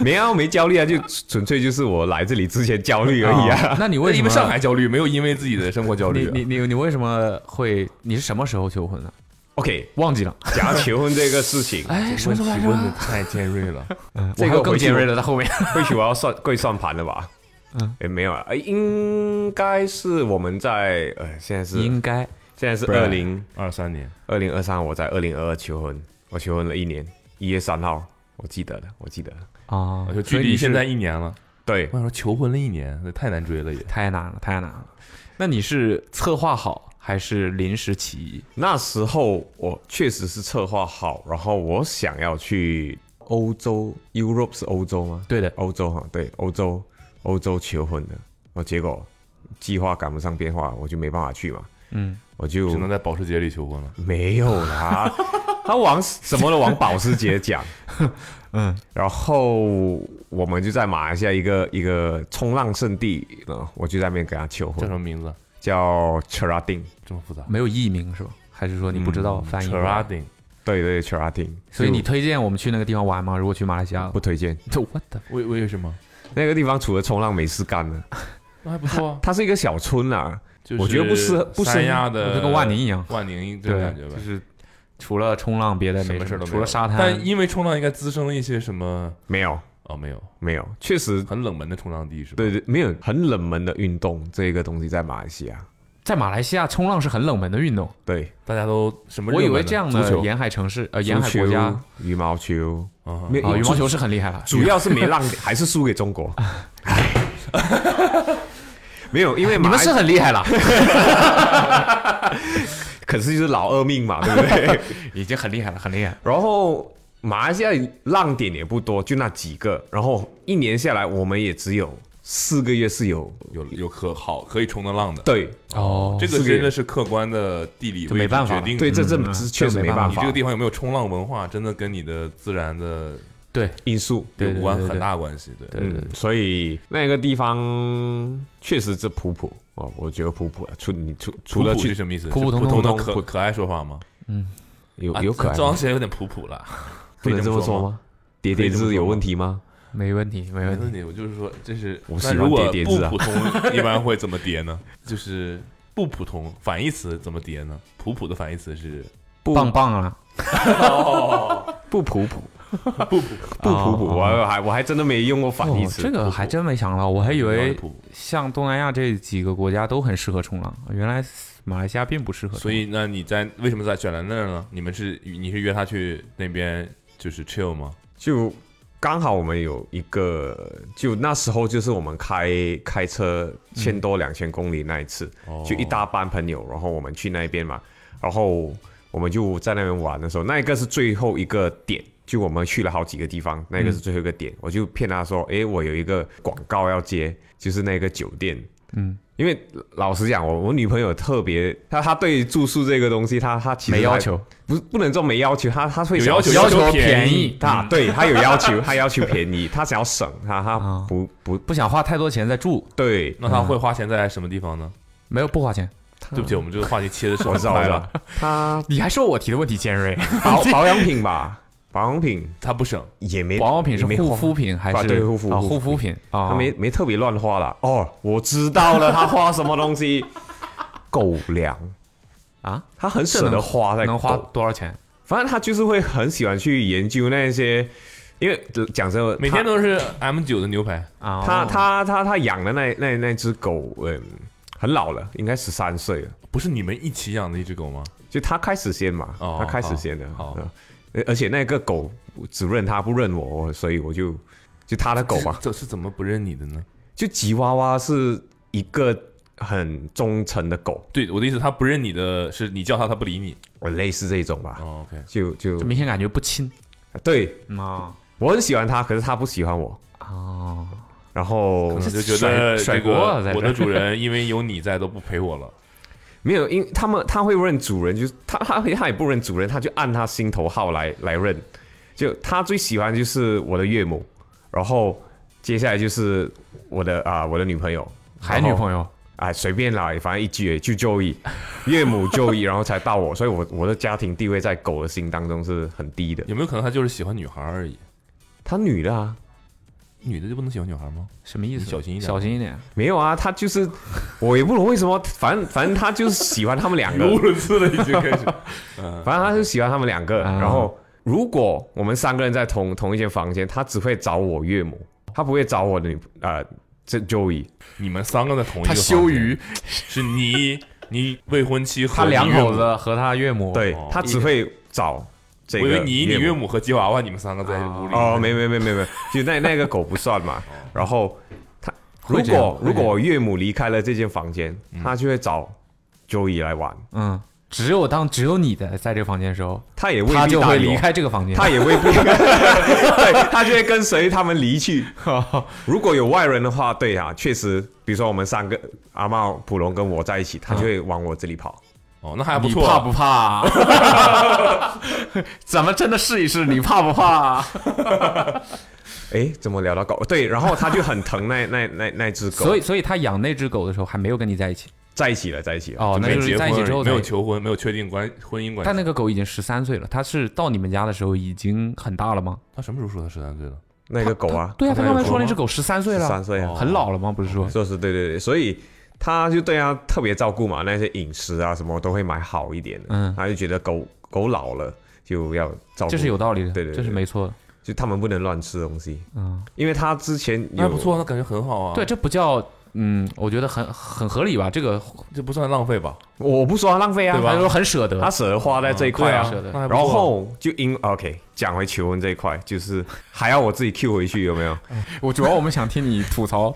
没啊，没焦虑啊，就纯粹就是我来这里之前焦虑而已啊。哦那你为什因么为上海焦虑，没有因为自己的生活焦虑你啊。你你你为什么会？你是什么时候求婚的？ OK，忘记了。假如求婚这个事情，哎，什么时候来问题问的着？太尖锐了，这我还个有更回去尖锐了，在后面。或许我要算 跪算盘了吧？嗯嗯，也没有啊，哎应该是我们在呃，现在是应该现在是不然二零二三年二零二三，我在二零二二求婚，我求婚了一年，一月三号，我记得了，我记得了。啊就，距所以你离是现在一年了。对我，想说求婚了一年，那太难追了也。太难了，太难了。那你是策划好还是临时起意？那时候我确实是策划好，然后我想要去欧洲，Europe 是欧洲吗？对的，欧洲哈，对，欧洲，欧洲求婚的，我结果计划赶不上变化，我就没办法去嘛，嗯，我就只能在保时捷里求婚了。没有 啦，他往什么都往保时捷讲，嗯，然后我们就在马来西亚一个一个冲浪圣地，呃我就在那边跟他求叫什婚，么名字？叫 Cherading，这么复杂？没有译名是吧？还是说你不知嗯道翻译过来？ Cherading 对对 Cherading，所以你就推荐我们去那个地方玩吗？如果去马来西亚， 不推荐这 what the 为为什么？那个地方，除了冲浪没事干呢，。那还不错啊它是一个小村啊，就是我觉得不适合不适合三亚的，就跟万宁一样，万宁这种对，感觉呗就，是除了冲浪，别的什没么事儿都没有。除了沙滩，但因为冲浪应该滋生了一些什么？没有哦，没有，没有，确实很冷门的冲浪地是吧？对对没有很冷门的运动，这个东西在马来西亚，在马来西亚冲浪是很冷门的运动。对，大家都什么热我门以的？为这样足的球沿海城市，呃，沿海足国家球、羽毛球，啊没啊，羽毛主球是很厉害了，主要是没让，还是输给中国。 没有，因为你马们来是很厉害了，可是就是老二命嘛，对不对？ 已经很厉害了，很厉害。然后马来西亚浪点也不多，就那几个。然后一年下来，我们也只有四个月是有有有可好可以冲的浪的。对哦这个四个月真的是客观的地理这位没置办法决定的。对，这这嗯这确实没办你法，这个地方有没有冲浪文化，真的跟你的自然的对因素。对有关很大关系。对，对对嗯，所以那个地方确实是普普哦，我觉得普普啊，除你除除了普普是去什么意思？普普是通普通的普可可爱说话吗？有啊有可爱这好像，吗显得有点普普了， 不能可以这么说说吗？吗？叠可以叠这么字有说吗问题吗？没问题，没没问问题。题，我就是说，这是我喜那欢如果叠叠不字啊普通，一 般会怎么叠呢？就是不普通反义词怎么叠呢？普普的反义词是不棒棒啊！不普普啊不普，不普普，哦我还我还真的没用过反义词。哦这个还真没想到，我还以为普普。像东南亚这几个国家都很适合冲浪，原来马来西亚并不适合冲浪。所以那你在为什么在雪兰那儿呢？你们是你是约他去那边就是 chill 吗？就刚好我们有一个，就那时候就是我们开开车千多两千公里那一次，嗯哦就一大班朋友，然后我们去那边嘛，然后我们就在那边玩的时候，那一个是最后一个点。就我们去了好几个地方，那个是最后一个点，嗯我就骗他说，诶，我有一个广告要接，就是那个酒店，嗯，因为老实讲，我我女朋友特别，她她对住宿这个东西，她她其实没要还求，不不能说没要求，她她会有想要求要要求便便宜嗯他对他有要求， 他要求便宜，他想要省，他他啊不不不想花太多钱在住，对，那他会花钱在什么地方呢？没有不花钱。对不起，我们这个话题切的是 我知道我很快知道 了，，他你还说我提的问题尖 锐，保保养品吧，保养品他不省。也没保养品是没护花肤品还啊是对护肤啊护肤护肤品啊？他没没特别乱花啦。哦，我知道了，他花什么东西？狗粮，啊，他很舍得花在能花狗多少钱？反正他就是会很喜欢去研究那些，因为讲真的，每他天都是 M 九的牛排，啊，他他他他养的那那那只狗，嗯，很老了，应该十三岁了。不是你们一起养的一只狗吗？就他开始先嘛，哦他开始先的。好嗯而而且那个狗只认他不认我，所以我就就他的狗 嘛，这是怎么不认你的呢？就吉娃娃是一个很忠诚的狗，对，我的意思，他不认你的是你叫他，他不理你。我类似这种吧，哦，OK，就就就明显感觉不亲对啊我很喜欢他，可是他不喜欢我，哦，然后我就觉得甩甩这锅啊个在这我的主人因为有你在都不陪我了。没有，因为他们他会认主人，就是他他他也不认主人，他就按他心头号来来认。就他最喜欢就是我的岳母，然后接下来就是我的啊、我的女朋友，还女友。朋友哎，随便啦，反正一句而已就就一，岳母就一，然后才到我，所以我我的家庭地位在狗的心当中是很低的。有没有可能他就是喜欢女孩而已？她女的啊，女的就不能喜欢女孩吗？什么意思？你小心一点小心一点。没有啊，她就是，我也不懂为什么，反正反正她就是喜欢他们两个，伦次了，已经开始。嗯，反正她就喜欢他们两个。啊然后如果我们三个人在同同一间房间，她只会找我岳母，她不会找我的女呃这 Joey。 你们三个在同一个他房间，羞于是你、你未婚妻和他两你岳母口。子和他岳母，对哦，她只会找这我个以为岳母。你、你岳母和吉娃娃你们三个在屋里。哦，没没没没没，就那那个狗不算 嘛。然后他如会这样果会这样如果我岳母离开了这间房间，他就会找 Joey 来玩，嗯，只有当只有你在在这个房间的时候，他也未他必就搭会理离我，开这个房间。他 也未必， 对，他就会跟随他们离去。如果有外人的话，对啊，确实，比如说我们三个阿茂、普龙跟我在一起，他就会往我这里跑。哦，那还不你错。怕不怕？ 咱们真的试一试，你怕不 怕？诶，怎么聊到狗？对，然后他就很疼那那那那只狗，所以，所以他养那只狗的时候还没有跟你在一起在一起了，在一起了。哦，那没就结是婚在一起之后没才有求婚，没有确定关婚姻关系。但那个狗已经十三岁了，它是到你们家的时候已经很大了吗？他什么时候说他十三岁了？那个狗啊，对啊，它他刚哦才有说那吗只狗十三岁了，三岁啊，很老了吗？不是说说是对对对，所以他就对他特别照顾嘛，那些饮食啊什么都会买好一点的。嗯他就觉得狗狗老了就要照顾，这是有道理的，对对对这是没错的。就他们不能乱吃东西，嗯，因为他之前那有还不，错，那感觉很好啊。对，，这不叫嗯，我觉得很很合理吧？这个这不算浪费吧？我不说他浪费啊，对他他说说很舍他得，舍得花在这一块啊嗯。对啊那还不然错 后就因 OK 讲回求婚这一块，就是还要我自己 Q 回去有没有？我主要我们想听你吐 槽，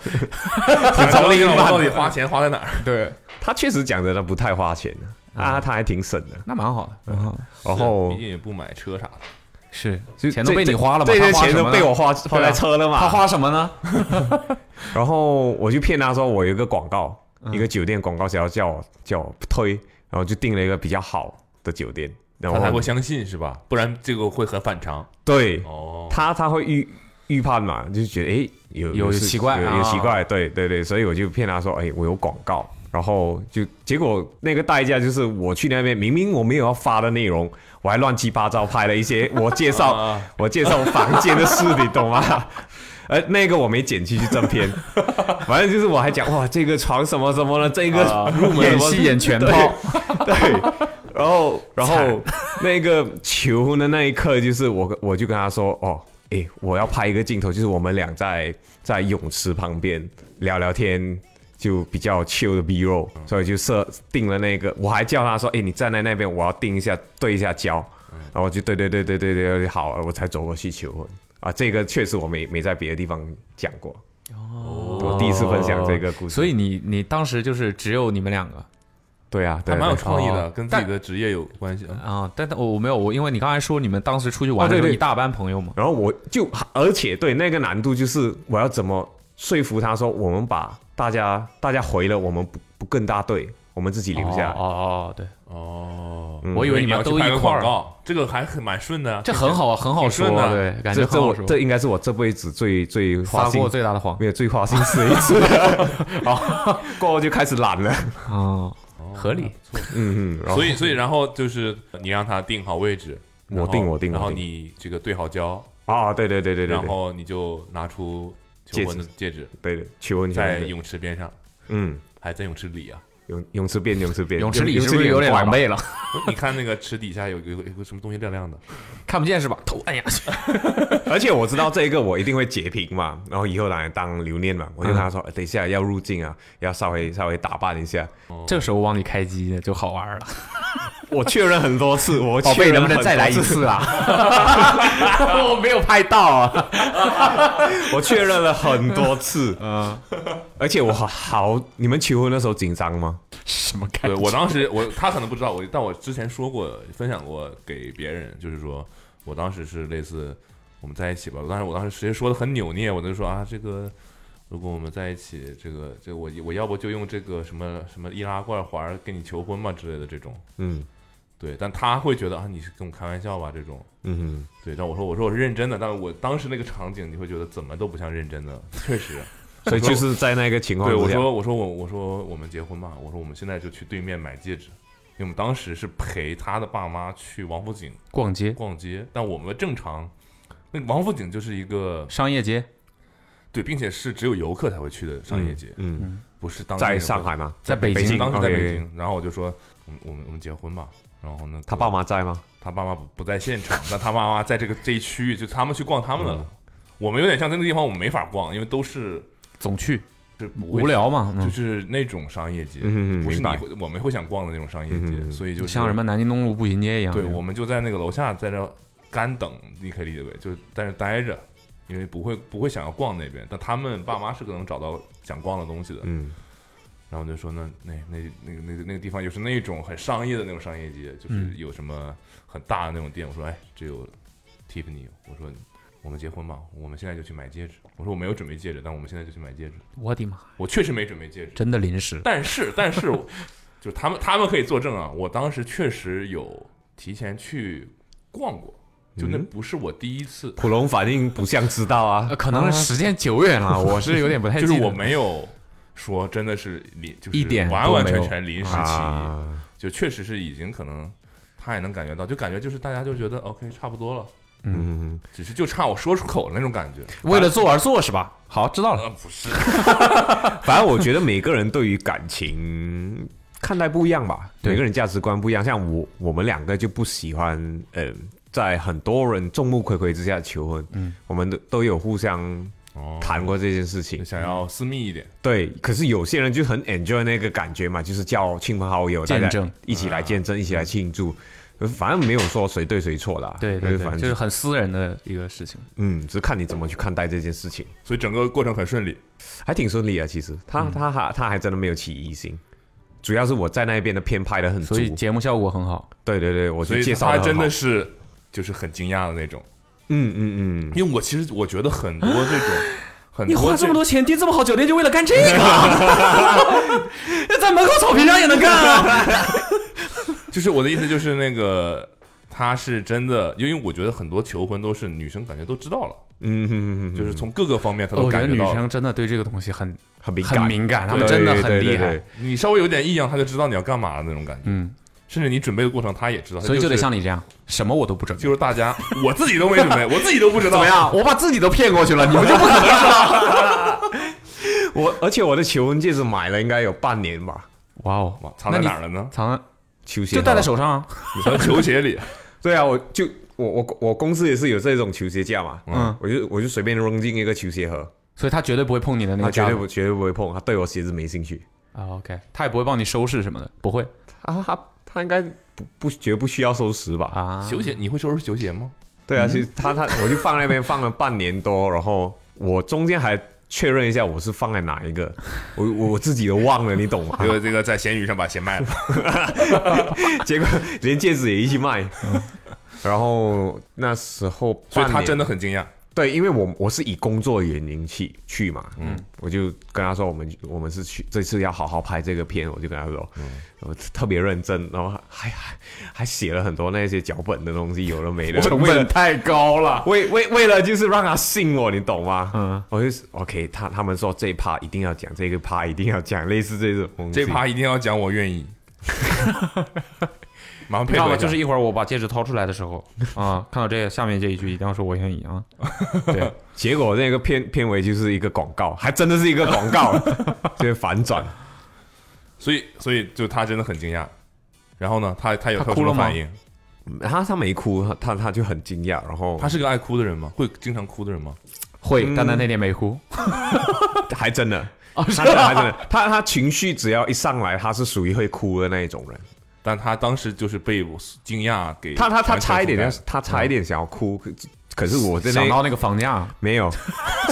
想找另一半到底花钱花在哪儿？对，他确实讲的他不太嗯花钱的啊，他还挺省的。那蛮好的，蛮好的。然后毕竟也不买车啥的。是就钱都这被你这花了吧？这些他花钱什都么呢啊被我花花在车了嘛。他花什么呢？然后我就骗他说我有一个广告，嗯一个酒店广告想要叫我叫我推，然后就订了一个比较好的酒店，然他才后会相信是吧？不然这个会很反常。对哦，他他会预预判嘛，就觉得诶有有事奇怪有啊有奇怪，对对对，所以我就骗他说诶我有广告。然后就结果那个代价就是我去那边，明明我没有要发的内容，我还乱七八糟拍了一些我介绍、啊我介绍房间的事，你懂吗？呃，那个我没剪进去正 片，反正就是我还讲哇，这个床什么什么的，这个 入门啊什演么戏演全对套， 对，然后然后那个球的那一刻，就是我我就跟他说哦，诶，我要拍一个镜头，就是我们俩在在泳池旁边聊聊天。就比较 chill 的 B roll，所以就设定了那个，我还叫他说：“哎诶，你站在那边，我要定一下，对一下焦。”嗯然后我就对对对对对对对，好，我才走过去求婚啊。这个确实我没没在别的地方讲过，哦，我第一次分享这个故事，所以你你当时就是只有你们两个对啊，对还蛮有对创意的，哦跟自己的职业有关系啊。啊，但但我我没有我，因为你刚才说你们当时出去啊玩的对时候对一大班朋友嘛，然后我就，而且对那个难度就是我要怎么说服他说，我们把大家大家回了，我们不不跟大队，我们自己留下来。哦哦，哦对，哦，嗯我以为你们都拍一个块广儿，告，这个还很蛮顺的啊，这很好啊，很好说挺啊，顺对的，感觉这很这好我说。这应该是我这辈子最最花撒心过最大的谎没有最花心思的一次。好，过后就开始懒了。啊，哦合理。嗯嗯，然后所以，所以，然后就是你让他定好位置，我然后定我定然后我定你这个对好焦，啊，对对对对对然对后你就拿出求婚的戒指，对对，求婚求在婚对泳池边上，嗯。还在泳池里 啊。泳泳池边，泳池边，泳池里是不是有点怪狼吧？狈了？你看那个池底下有有有个什么东西亮亮 的， 看不见是吧？头哎按下去。而且我知道这一个我一定会截屏嘛，然后以后拿来当留念嘛。我就跟他说，哎等一下要入境啊，要稍微稍微打扮一下。这时候往里开机就好玩了。我确认很多次，我宝确贝，认能不能再来一很多次？次 啊？我没有拍到啊。我确认了很多次，嗯，而且我好好，你们求婚的时候紧张吗？什么感对觉？我当时我他可能不知道我，但我之前说过分享过给别人，就是说我当时是类似我们在一起吧，但是我当时直接说的很扭捏，我就说啊这个。如果我们在一起，这个这个我我要不就用这个什么什么易拉罐环儿跟你求婚嘛之类的这种，嗯对，但他会觉得啊你是跟我开玩笑吧这种，嗯哼，对，但我说我说我是认真的，但是我当时那个场景你会觉得怎么都不像认真的，确 实，所以就是在那个情况对，我之下，嗯说我说我我说我们结婚吧，我说我们现在就去对面买戒指，因为我们当时是陪他的爸妈去王府井逛街，逛街，但我们正常，那个王府井就是一个商业街，对，并且是只有游客才会去的商业街，嗯，不是当地在游客上海吗？在北北京京。当时在北 OK，OK 京，然后我就说我们我们我们结婚吧，然后呢，他爸妈在吗？他爸妈不不在现场，但他爸妈在这个这一区域，就他们去逛他们的了。我们有点像在那个地方，我们没法逛，因为都是总去，是不会无，聊嘛。嗯就是那种商业街，嗯嗯嗯不是明你白会我们会想逛的那种商业街，嗯嗯嗯所以就是像什么南京东路步行街一样。对，我们就在那个楼下在这干等，你可以理解为就是在那待着，因为不会不会想要逛那边，但他们爸妈是可能找到想逛的东西的。嗯然后我就说那那那那个那个那个地方就是那种很商业的那种商业街，嗯就是有什么很大的那种店。我说哎，只有 Tiffany。我说我们结婚吧，我们现在就去买戒指。我说我没有准备戒指，但我们现在就去买戒指。我的妈，我确实没准备戒指，真的 临时。但是但是 就是他们他们可以作证啊，我当时确实有提前去逛过，就嗯那不是我第一次，普龙反应不像知道啊呃，，可能时间久远 了，我是有点不太就是记得我没有说真的是临就是一点完完都没全有全临时起意。啊，就确实是已经可能他也能感觉到，就感觉就是大家就觉得 OK 差不多了，嗯，只是就差我说出口的那种感觉。为了做而做是吧？好，知道了。呃，不是，反正我觉得每个人对于感情看待不一样吧，对每个人价值观不一样。像我我们两个就不喜欢，呃，在很多人众目睽睽之下求婚，嗯，我们都都有互相 哦谈过这件事情。想要私密一点，对，可是有些人就很 enjoy 那个感觉嘛，就是叫亲朋好友见大家证一起来见证，一起来庆祝。反正没有说谁对谁错啦，对对反对，正就是很私人的一个事情。嗯，只是看你怎么去看待这件事情，所以整个过程很顺利。还挺顺利啊。其实他、他还他还真的没有起疑心，主要是我在那边的片拍的很足所，以节目效果很好。对对对，我所去以介绍他得很好真的是就是很惊讶的那种。嗯嗯嗯，因为我其实我觉得很多这种，很你多花这这么多钱订这么好酒店，就为了干这个？ 在门口草坪上也能干 啊！就是我的意思就是那个，他是真的，因为我觉得很多求婚都是女生感觉都知道了，嗯嗯嗯，就是从各个方面她都我觉得感哦女觉到了。生真的对这个东西很很敏很感，敏感，她对们真的很对对厉害对。你稍微有点异样，她就知道你要干嘛的那种感觉，嗯，甚至你准备的过程她也知道，她所以就得啊是像你这样，什么我都不准备。就是大家，我自己都没准备，我自己都不知道。怎么样？我把自己都骗过去了，你们就不可能知道。我而且我的求婚戒指买了应该有半年吧， 哇哦哇，藏在哪儿了呢？藏在球鞋就戴在好吧手上啊。你藏在球鞋里。对啊，我就我我我公司也是有这种球鞋架嘛，嗯，我就我就随便扔进一个球鞋盒，所以他绝对不会碰你的他那个啊绝家对伙。不绝对不会碰，他对我鞋子没兴趣，啊，OK，他也不会帮你收拾什么的，不会啊他他应该不不绝不需要收拾吧？啊。球鞋，你会收拾球鞋吗？对嗯啊，其实他他我就放那边 放了半年多，然后我中间还确认一下我是放在哪一个，我我我自己都忘了，你懂 吗这？个这个在闲鱼上把鞋卖了，结果连戒指也一起卖。然后那时候嗯所半以年，他真的很惊讶。对，因为我我是以工作原因去去嘛，嗯，我就跟他说我们我们是去这次要好好拍这个片，我就跟他说，我特别认真，然后还还还写了很多那些脚本的东西，有了没的，成为了本太高了。为为为了就是让他信我，你懂吗？嗯嗯，我就是 OK，他他们说这一趴一定要讲，这个趴一定要讲，类似这种东西这趴一定要讲，我愿意。马上你配知道合吗？一下就是一会儿我把戒指掏出来的时候啊，看到这个下面这一句，一定要说我愿意啊。对，结果那个片片尾就是一个广告，还真的是一个广告，就是反转。所以所以就他真的很惊讶。然后呢，他他有他他有哭什了么吗反应？他他没哭，他他就很惊讶，然后他是个爱哭的人吗？会经常哭的人吗？会，嗯丹丹那天没哭。还真的，他真的还真的，他他情绪只要一上来，他是属于会哭的那一种人。但他当时就是被我惊讶给 他他他完全差一覆点盖要了，他差一点想要哭，可嗯可是我真的想到那个房价，没有，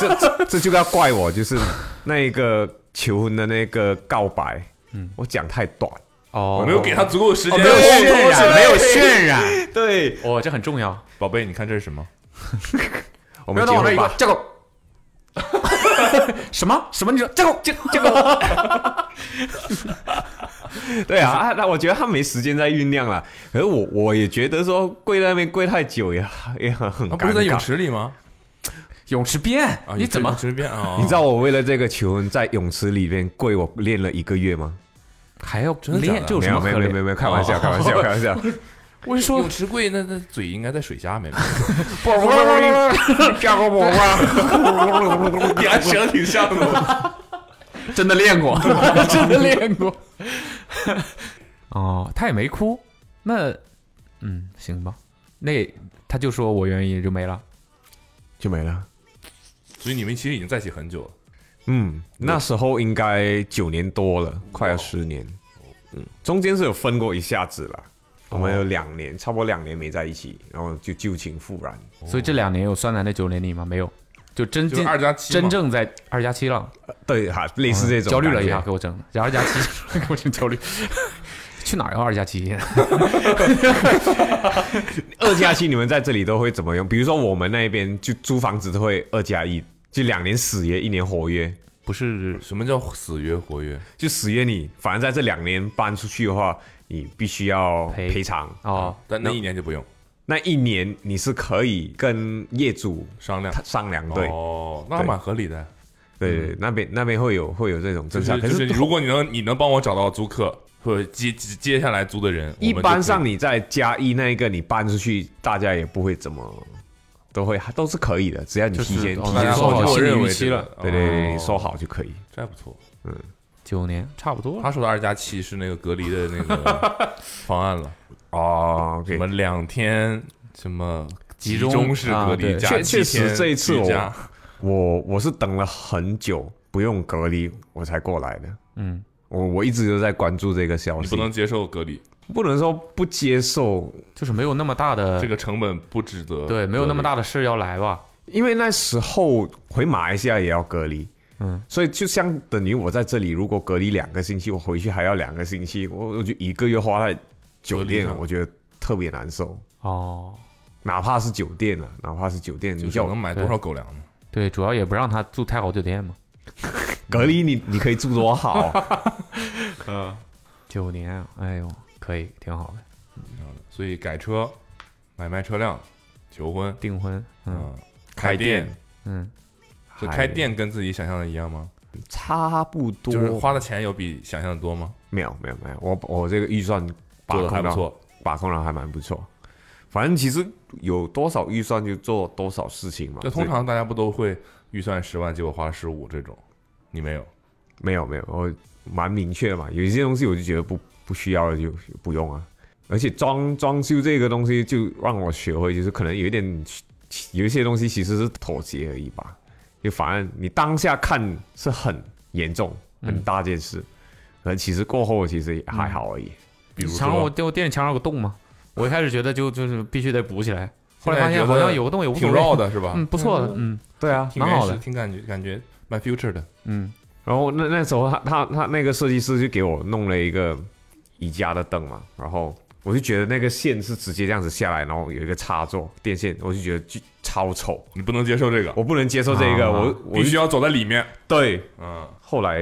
这这 这就要怪我，就是那一个求婚的那个告白，嗯，我讲太短，哦我没有给他足够的时间。没有渲染，没有染。渲染。对，哇，这很重要。宝贝，你看这是什么？我不们要结到我那婚一个吧，这个。 什么什么？你说这个这这个？对啊，啊那我觉得他没时间再酝酿了，可是我我也觉得说跪在那边跪太久也也很很他尴不是在泳尬。池里吗？泳池边啊，，你怎么泳池边啊？你知道我为了这个求婚在泳池里面跪，我练了一个月吗？还要的假的练？这有没什有么没可有没有练没？有，开玩笑开玩 笑开玩笑，我是说泳，池贵，那那嘴应该在水下面。 不不不不加个我吧， 你还学的挺像的。不，真的练过， 真的练过。 哦，他也没哭，那嗯，行吧。那他就说我愿意就没了。就没了。所以你们其实已经在一起很 久了。嗯，那时候应该九年多了，快要十年。嗯，中间是有分过一下子了，我们有两哦年，差不多两年没在一起，然后就旧情复燃。所以这两年有算在那九年里吗？没有，就真就是进二加七嘛真正在二加七了。对，哈，类似这种哦焦虑感了一觉下，。给我整的，二加七 给我整焦虑。去哪儿要啊二加七？ 二加七，你们在这里都会怎么用？比如说我们那边就租房子都会二加一，就两年死约，一年活约。不是什么叫死约活约？就死约你，反正在这两年搬出去的话，你必须要赔赔偿。哦，但那一年就不用那一年你是可以跟业主商量他。商量，对、哦，那还对蛮合理的。对，那边那边会有会有这种就政策，是可就是，如果你能你能帮我找到租客或者接接接下来租的人，一我们就般可以上你在加一那一个你搬出去，大家也不会怎么，都会都是可以的，只要你就是提前哦提大大家家前说说好，好心我理认为预期这个了对对对，哦你说好就可以。这还不错。九年差不多了。他说的二加七是那个隔离的那个方案 了，哦什，OK，么两天什么集中中式啊隔离对加确七确天实这一次居我家我我是等了很久，不用隔离我才过来的。嗯，我我一直都在关注这个消你息，不能接受隔离，不能说不接受，就是没有那么大的这个成本不值得。嗯对，没有那么。大的事要来吧。因为那时候回马来西亚也要隔离，嗯嗯，所以就相等于我在这里如果隔离两个星期，我回去还要两个星期，我我就一个月花在酒隔离店上，我觉得特别难受。哦，哪怕是酒店啊，哪怕是酒店，就你是叫能买多少狗粮呢？对，主要也不让他住太好酒店嘛，隔离你，你可以住多好， 嗯九年，哎呦，可以，挺好的，所以改车、买卖车辆、求婚，订婚，嗯嗯，开店店，嗯，这开店跟自己想象的一样吗？差不多，就是花的钱有比想象的多吗？没有没有没有，我我这个预算把做的还控不到错，把控的还蛮不错。反正其实有多少预算就做多少事情啊嘛。就通常大家不都会预算十万，结果花了十五这种，你没有？这没有没有，我蛮明确的嘛。有一些东西我就觉得不不需要了就不用啊。而且装装修这个东西就让我学会，就是可能有一点有一些东西其实是妥协而已吧。就反正你当下看是很严重、很大件事，可能其实过后其实也还好而已。比如墙上我说，我电视墙上有个洞嘛，我一开始觉得就就是必须得补起来，后来发现在觉现得好像有个洞也无所挺谓，绕的是吧？嗯，不错的，嗯对啊，挺蛮原好始的挺感觉感觉 my future 的，嗯，然后那那时候他他他那个设计师就给我弄了一个宜家的灯嘛，然后我就觉得那个线是直接这样子下来，然后有一个插座电线，我就觉得就超丑，你不能接受这个，我不能接受这个，啊我我必须要走在里面。对。啊嗯，后来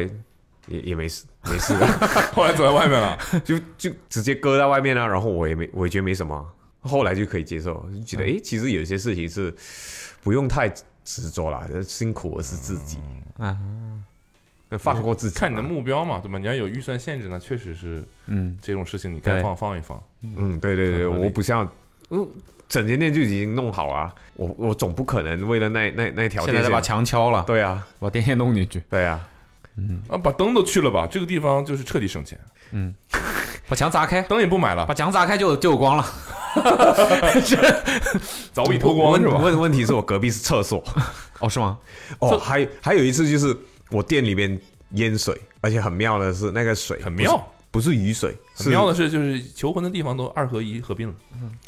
也也没事没 事了，后来走在外面了，就就直接搁在外面啊，然后我也没我也觉得没什么，后来就可以接受，就嗯觉得诶，其实有些事情是不用太执着啦，辛苦的是自己，啊，放过自己嘛，看你的目标嘛，对吧？你要有预算限制呢，确实是嗯，这种事情你该对放放一放。嗯，对对对，合理我不像，嗯，整间店就已经弄好啊，我我总不可能为了那那那条现电在再把线，墙敲了，对啊把电线弄进去，对啊，啊，把灯都去了吧，这个地方就是彻底省钱， 把墙砸开，灯也不买了把，墙砸开就就有光了，早已脱光问是吧？问问题 是我隔壁是厕所，哦，是吗？哦，还还有一次就是我店里面淹水，而且很妙的是那个水很妙，不是，不是雨水，是很妙的是，就是求婚的地方都二合一合并了，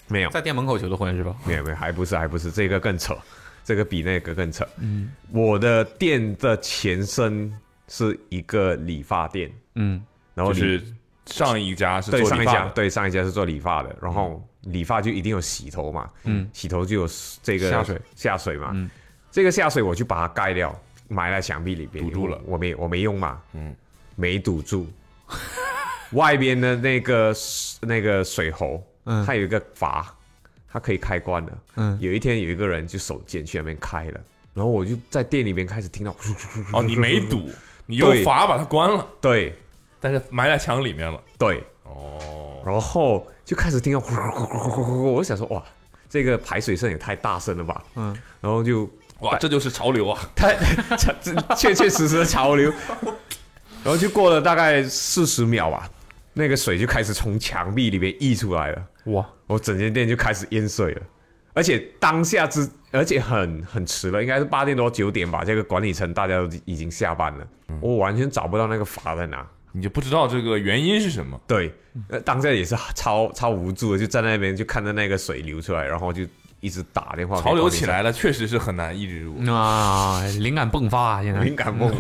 没有在店门口求的婚是吧？没有没有，还不是还不是，这个更扯，这个比那个更扯，嗯，我的店的前身是一个理发店，嗯，然后就理是上一家是做哦对上理一发家，的，对上一家是做理发的，然后理发就一定有洗头嘛，嗯，洗头就有这个下水下水嘛，嗯这个下水我就把它盖掉，埋在墙壁里边，堵住了因为我没我没用嘛，嗯，没堵住，外边的那个那个水喉，嗯它有一个阀，它可以开关的，嗯有一天有一个人就手贱去那边开了，然后我就在店里面开始听到，哦，你没， 堵，你用对阀把它关了，对但是埋在墙里面了。对，哦，然后就开始听到呼呼呼呼呼呼，我就想说哇，这个排水声也太大声了吧，嗯，然后就哇，这就是潮流啊！ 太这确确实实的潮流， 然后就过了大概四十秒吧，那个水就开始从墙壁里面溢出来了，哇，我整间店就开始淹水了，而且当下之而且很很迟了，应该是八点多九点吧，这个管理层大家都已经下班了，我完全找不到那个阀在哪。你就不知道这个原因是什么，对，呃，当下也是超超无助的，就站在那边就看着那个水流出来，然后就一直打电话。潮流起，来了，确实是很难抑制住。嗯啊，灵感迸发啊，现在敏 感梦。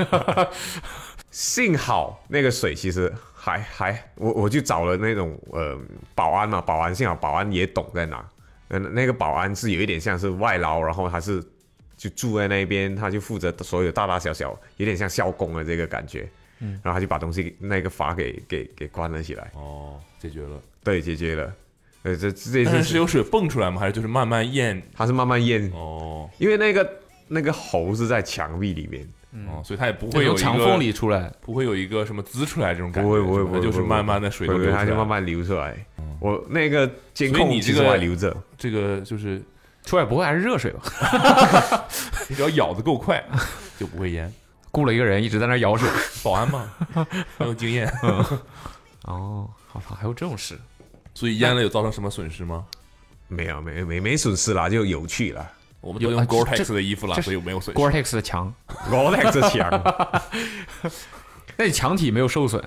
幸好那个水其实还还，我我就找了那种呃保安嘛，保安幸好保安也懂在哪。嗯，那个保安是有一点像是外劳，然后他是就住在那边，他就负责所有大大小小，有点像校工的这个感觉。嗯，然后他就把东西那个阀给给给关了起来，哦，解决了。对，解决了。呃，这这但是这是有水蹦出来吗？还是就是慢慢咽？它是慢慢咽，哦，因为那个那个喉是在墙壁里面，哦，所以它也不就会有从一墙个缝里出来，不会有一个什么滋出来这种感觉，不会不会是吧不会，就是不会慢慢的水都不流会出它来就慢了。慢流出来。我那个监所以控你这其个实我还留着，这个就是出来不会还是热水吧？你只要咬的够快，就不会淹。雇了一个人一直在那儿舀水。保安嘛，很有经验，哦，好吧，还有这种事，所以淹了有造成什么损失吗？没有没没没损失啦，就有趣啦。我们都有用啊这 Gore-Tex 的衣服了，这所以没有损失。 Gore-Tex 的墙，我那个墙 那你墙体没有受损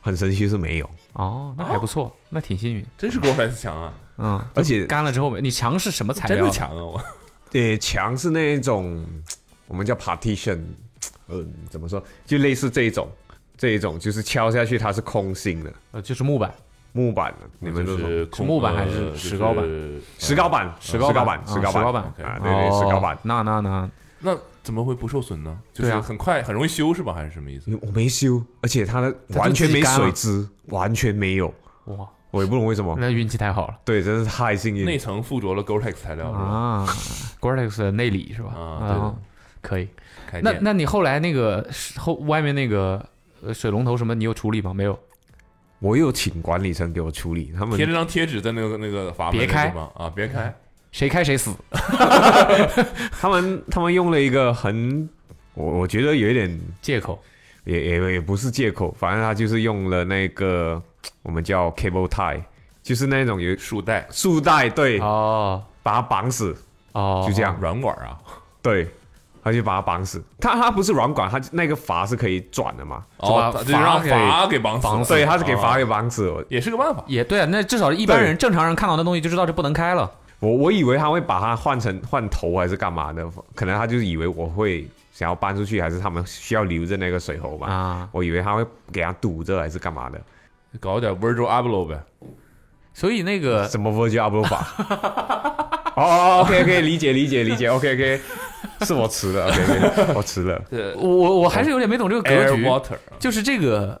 很神奇是没有，哦，那还不错，那挺幸运。真是 Gore-Tex 强啊，嗯，而且干了之后没，你墙是什么材真料的的？强啊！我呃墙是那种我们叫 partition，嗯、怎么说，就类似这一种这一种，就是敲下去它是空心的，呃，就是木板，木板，你们哦就都是哦空木板还是呃就是石膏板石膏板，石膏膏板板，啊石膏石膏板板啊，对对，石膏板哦。那那那，那怎么会不受损呢？就对是啊很快很容易修是吧？还是什么意思？我没修，而且它的它完就自全己没干了水渍，完全没有，哇，我也不懂为什么。那运气太好了对，真是太幸运内了。层附着了 Gore-Tex 材料是吧？啊 g o r t e x 的内里是吧？啊对的可以。开那店那你后来那个是后外面那个呃水龙头什么，你有处理吗？没有，我有请管理层给我处理，他们贴了张贴纸在那个那个阀门别的开地方啊，别开，谁开谁死。他们他们用了一个很，我我觉得有一点借口也也也不是借口，反正他就是用了那个我们叫 cable tie，就是那种有束带束带，对，哦把它绑死，哦，就这样，软管啊，对，他就把它绑死。他他不是软管，他那个阀是可以转的嘛，哦，把就让阀给阀给绑绑哦了对，他是给阀啊给绑死了。也是个办法。也对啊，那至少一般对人正常人看到那东西就知道这不能开了。我我以为他会把它换成换头还是干嘛的，可能他就是以为我会想要搬出去，还是他们需要留着那个水喉吧。啊我以为他会给他堵着还是干嘛的，搞点 Virgil Abloh 呗，所以那个什么啊 Virgil Abloh 法？ 哦，OK OK，理解理解理解，OK OK，是 我迟了，OK OK，我迟 了。对我我我还是有点没懂这个格，Air 局， Water 就是这个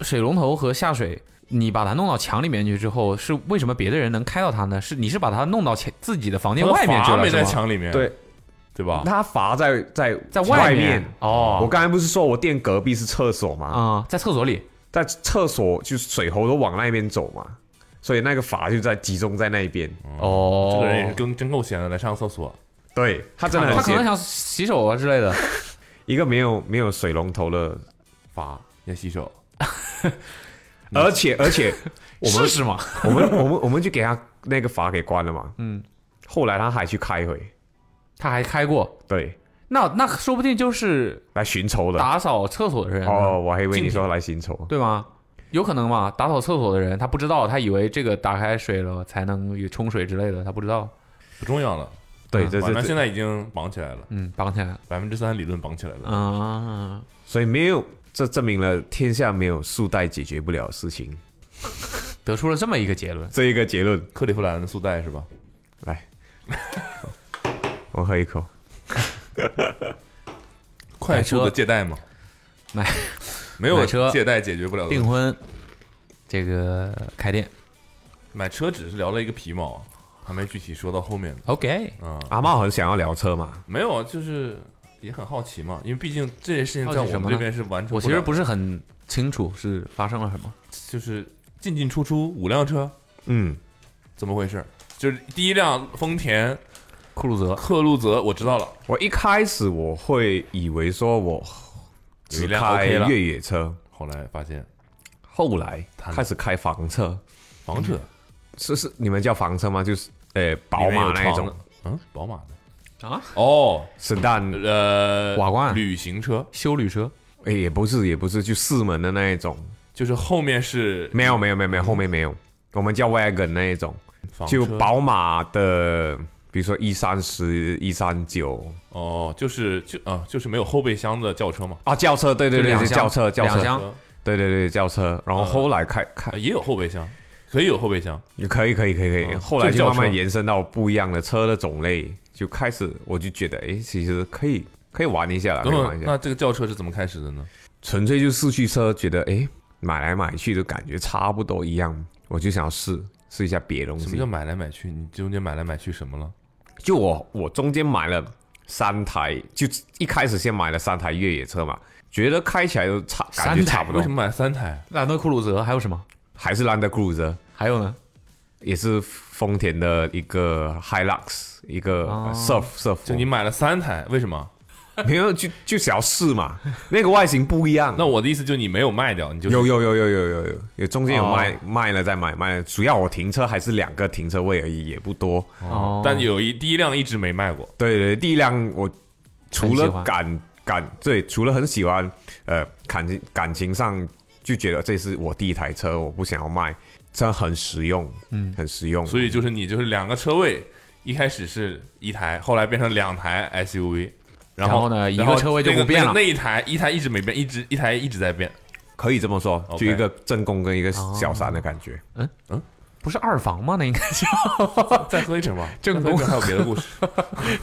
水龙头和下水，你把它弄到墙里面去之后，是为什么别的人能开到它呢？是你是把它弄到墙自己的房间外面去阀了没在是吗？墙里面，对对吧？他阀在在在外外面我哦刚才不是说我店隔壁是厕所吗？啊，在厕所里在厕所就是水喉都往那边走嘛，所以那个阀就在集中在那边。哦这个人也是跟真够闲的，来上厕所。对他真的他很可能贱，想洗手啊之类的。一个没有没有水龙头的，罚要洗手，嗯而且 而且我们试试嘛，我们我们我们就给他那个阀给关了嘛。嗯，后来他还去开回，他还开过，对，那那说不定就是来寻仇的。打嗯扫厕所的人呢哦，我还以为你竞说来寻仇。对吗？有可能嘛？打扫厕所的人他不知道，他以为这个打开水了才能有冲水之类的，他不知道。不重要了。对，啊这反正这现这，在已经绑起来了，嗯，绑起来了。百分之三理论绑起来了。啊，所以没有，这证明了天下没有束带解决不了的事情得出了这么一个结论。这一个结论。克利夫兰的束带是吧？来， 我喝一口。快速的买车借贷嘛，买没有买车借贷解决不了的问订题。婚，这个开店。买车只是聊了一个皮毛，还没具体说到后面呢。 OK，啊、阿茂很想要聊车嘛，没有，啊就是也很好奇嘛，因为毕竟这些事情在我好奇什么们呢这边是完成了的。我其实不是很清楚是发生了什么。就是进进出出五辆车，嗯，怎么回事？就是第一辆丰田库鲁泽，克路泽，我知道了，我一开始我会以为说我有只一辆开 OK 了越野车，后来发现后来谈开始开房车，房车是是你们叫房车吗？就是呃嗯宝里面马有那一床种的，嗯，宝马的啊？哦，圣诞，呃，瓦罐旅行车修旅车，哎也不是也不是，就四门的那一种，就是后面是没有没有没有没有后面没有，我们叫 wagon 那一种，房就车宝马的，比如说一三十、一三九哦，就是就啊，就是没有后备箱的轿车嘛，啊轿车，对对对，就两是厢轿车轿两车，厢车对对对轿车，然后后来开开呃也有后备箱，可以有后备箱，也可以，可以，可以，可以。嗯后来就就轿慢慢车延伸到不一样的车的种类，就开始我就觉得，哎，其实可以，可以玩一下啦，可等以等玩一，下那。这个轿车是怎么开始的呢？纯粹就四驱车，觉得哎，买来买去都感觉差不多一样，我就想要试试一下别的东什么西叫。买来买去？你中间买来买去什么了？就我我中间买了三台，就一开始先买了三台越野车嘛，觉得开起来都差，感觉三台差不为多什。么买三台？兰德酷鲁泽还有什么？还是兰德酷路泽，还有呢？也是丰田的一个 Hilux，一个哦 Surf Surf。就你买了三台，为什么？没有，就就想要试嘛，那个外形不一样。那我的意思就是你没有哦卖掉，你就是有有有有有有有有中间有卖、卖了再买卖了，主要我停车还是两个停车位而已，也不多。哦但有一第一辆一直没卖过，对对，第一辆我除很喜了欢感感对，除了很喜欢，呃，感情感情上就觉得这是我第一台车，我不想要卖，真的很实用，嗯，很实用。所以就是你就是两个车位，一开始是一台，后来变成两台 SUV，然然后呢一个车位就不变那个了那个那一台一台一直没变，一直一台一直在变，可以这么说， OK 就一个正宫跟一个哦小三的感觉。不是二房吗？那应该叫 哦再喝一瓶吧，正再喝一宫瓶还有别的故 事。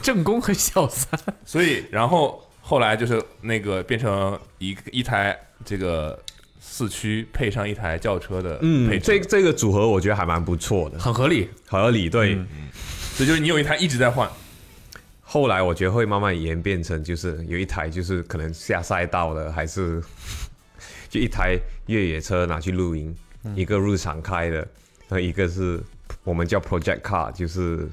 正宫和小三。所以，然后后来就是那个变成一个一台这个四驱配上一台轿车的配嗯，置，这这个组合我觉得还蛮不错的，很合理，合理。嗯对，所以就是你有一台一直在换，后来我觉得会慢慢演变成，就是有一台就是可能下赛道的，还是 就一台越野车拿去露营，一个入场开的，和一个是我们叫 project car，就是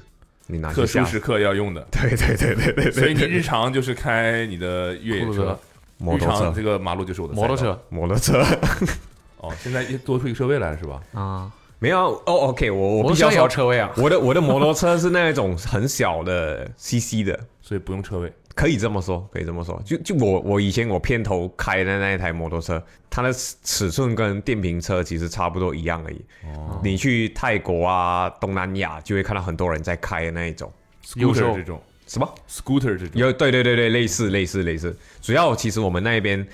你拿去特殊下。时刻要用的。对对对对对对，所以你日常就是开你的越野酷车的，摩日托常车这，个马路就是我的摩托赛道车摩托车 哦。现在多出一个车位来了是吧？啊，没有啊哦，OK，我我摩必托须要车也说，要车位啊。我的我的摩托车是那种很小的 CC 的，所以不用车位。可以这么说，可以这么说。就就我我以前我片头开的那一台摩托车，它的尺尺寸跟电瓶车其实差不多一样而已。哦，你去泰国啊、东南亚就会看到很多人在开的那一种，有时 scooter 候这种什么？ ，scooter 这种，有对对对对，类似类似类似。主要其实我们那边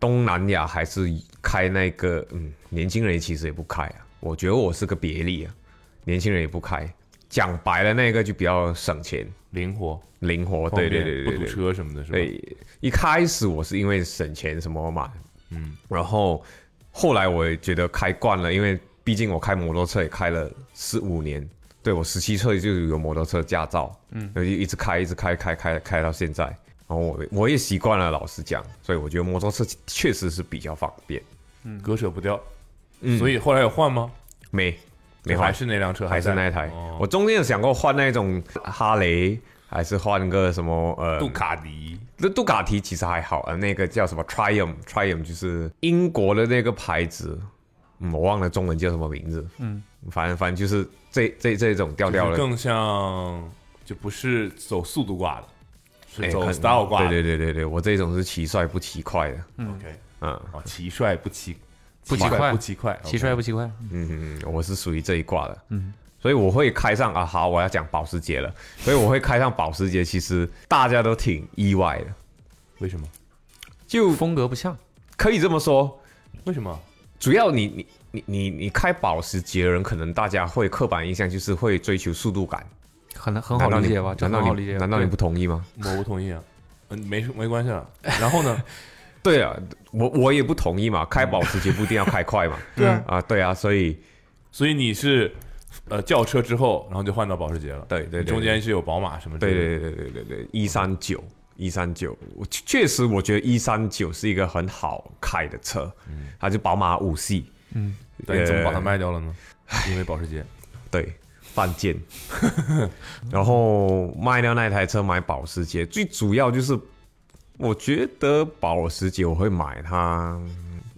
东南亚还是开那个，嗯，年轻人其实也不开啊。我觉得我是个别例啊，年轻人也不开。讲白了，那个就比较省钱、灵活，灵活。方对便哦对对对哎对不堵对。车什么的，是吧？对，一开始我是因为省钱什么嘛，嗯，然后后来我也觉得开惯了，因为毕竟我开摩托车也开了四五年，对我十七岁就有摩托车驾照，嗯，就一直开一直开开开开到现在，然后我我也习惯了，老实讲，所以我觉得摩托车确实是比较方便，割舍不掉。嗯所以后来有换吗？没没换还是那辆车在，还是那一台，哦我中间有想过换那种哈雷。还是换个什么呃，杜卡迪。那杜卡迪其实还好啊，那个叫什么 Triumph，Triumph 就是英国的那个牌子，嗯，我忘了中文叫什么名字，嗯，反正反正就是这这这种调就调是的，更像就不是走速度挂的，哎是走很 style 挂的。对对对对对，我这种是奇帅不奇快的，对，OK，嗯啊，奇帅不奇，不奇奇怪怪不奇怪，奇帅不奇怪？嗯，我是属于这一挂的，嗯，所以我会开上啊，好，我要讲保时捷了，所以我会开上保时捷，其实大家都挺意外的，为什么？就风格不像，可以这么说，为什么？主要你你你你你开保时捷的人，可能大家会刻板印象就是会追求速度感，很很好理解吧？这难很好道理你解。难道你对不同意吗？我不同意啊。嗯，没事没关系了。然后呢？对啊，我我也不同意嘛，开保时捷不一定要开快嘛。 对啊啊，对啊，所以所以你是呃轿车之后，然后就换到保时捷了。对对对中间是有宝马什么之类对的。对对对对对，一三九一三九，我确实我觉得一三九是一个很好开的车，嗯它就宝马五系，但你怎么把它卖掉了呢？因为保时捷。对，犯贱。 然后卖掉那台车买保时捷，最主要就是我觉得保时捷我会买它，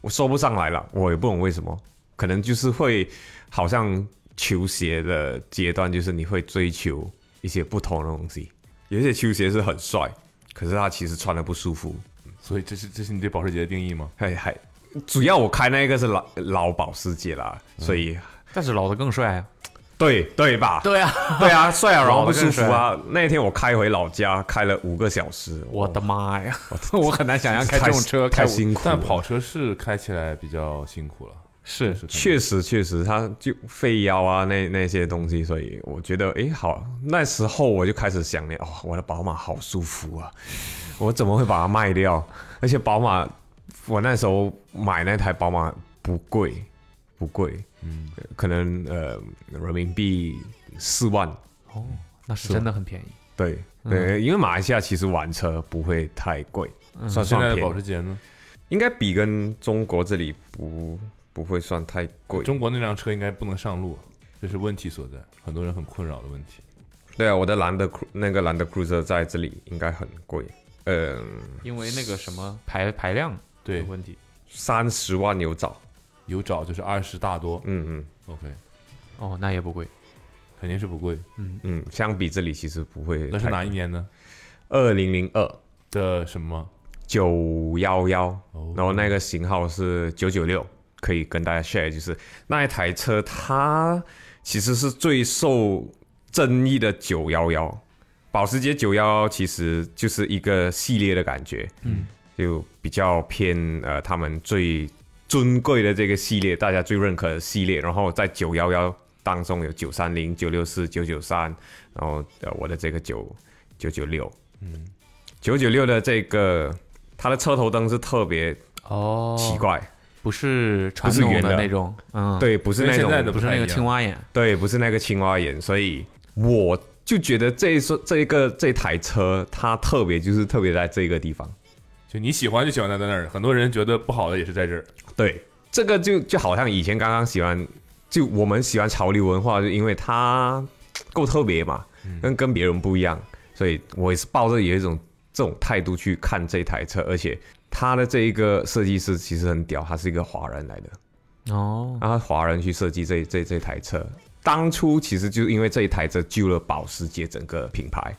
我说不上来了，我也不懂为什么，可能就是会好像球鞋的阶段，就是你会追求一些不同的东西，有一些球鞋是很帅，可是它其实穿的不舒服，所以这是这是你对保时捷的定义吗？还还。主要我开那个是老老保时捷啦，所以、但是老的更帅啊！对对吧？对啊，对啊，帅啊，然后老不得舒更服啊。那一天我开回老家，开了五个小时， 我的妈呀！ 我很难想象开这种 车太开太辛苦了。但跑车是开起来比较辛苦了。是是确实确实，它就费腰啊，那那些东西，所以我觉得，诶，好，那时候我就开始想念，哦，我的宝马好舒服啊，我怎么会把它卖掉？而且宝马，我那时候买那台宝马不贵，不贵，嗯，可能呃人民币四万，哦，那是真的很便宜。对嗯对，因为马来西亚其实玩车不会太贵，现在算算的便保宜时，捷呢？应该比跟中国这里不不会算太贵。中国那辆车应该不能上路，这是问题所在，很多人很困扰的问题。对啊，我的兰德酷那个兰德 cruiser 在这里应该很贵，嗯，因为那个什么排排量对有，问题。三十万有找，有找就是二十大多嗯，OK，哦，那也不贵。肯定是不贵。嗯嗯，相比这里其实不会。那是哪一？年呢？二零零二的什么？九幺幺哦，然后那个型号是九九六，可以跟大家 share，就是那一台车它其实是最受争议的九幺幺，保时捷九幺幺其实就是一个系列的感觉，嗯，就比较偏呃他们最尊贵的这个系列，大家最认可的系列，然后在九幺幺当中有九三零、九六四、九九三，然后呃我的这个九九九六，嗯，九九六的这个它的车头灯是特别哦，奇，怪，不是传不是统圆的的那种，嗯，，对，不是因为那种现在的不是那不太个一样青蛙眼，对，不是那个青蛙眼，所以我就觉得这一说这一个这台车它特别就是特别在这个地方，就你喜欢就喜欢它在那儿，很多人觉得不好的也是在这儿。对，这个就就好像以前刚刚喜欢，就我们喜欢潮流文化，就因为它够特别嘛，嗯跟跟别人不一样，所以我也是抱着有一种这种态度去看这台车，而且它的这一个设计师其实很屌，他是一个华人来的，哦，然后华人去设计这这这台车。当初其实就因为这一台车救了保时捷整个品牌，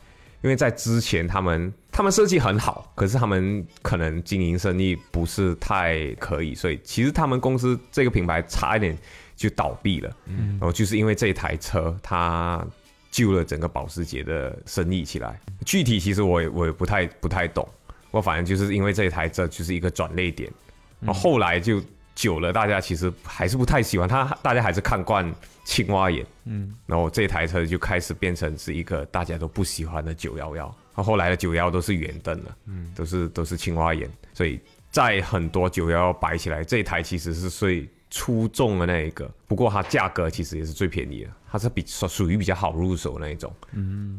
因为在之前他们他们设计很好，可是他们可能经营生意不是太可以，所以其实他们公司这个品牌差一点就倒闭了。嗯，然后就是因为这一台车，它救了整个保时捷的生意起来。具体其实我也我也不太不太懂，我反正就是因为这一台车就是一个转捩点，然后后来就久了，大家其实还是不太喜欢它，大家还是看惯青蛙眼，嗯，然后这台车就开始变成是一个大家都不喜欢的九幺幺，后来的九幺都是圆灯了，嗯，都是都是青蛙眼，所以在很多九幺幺摆起来，这一台其实是最出众的那一个，不过它价格其实也是最便宜的，它是比属属于比较好入手那一种，嗯，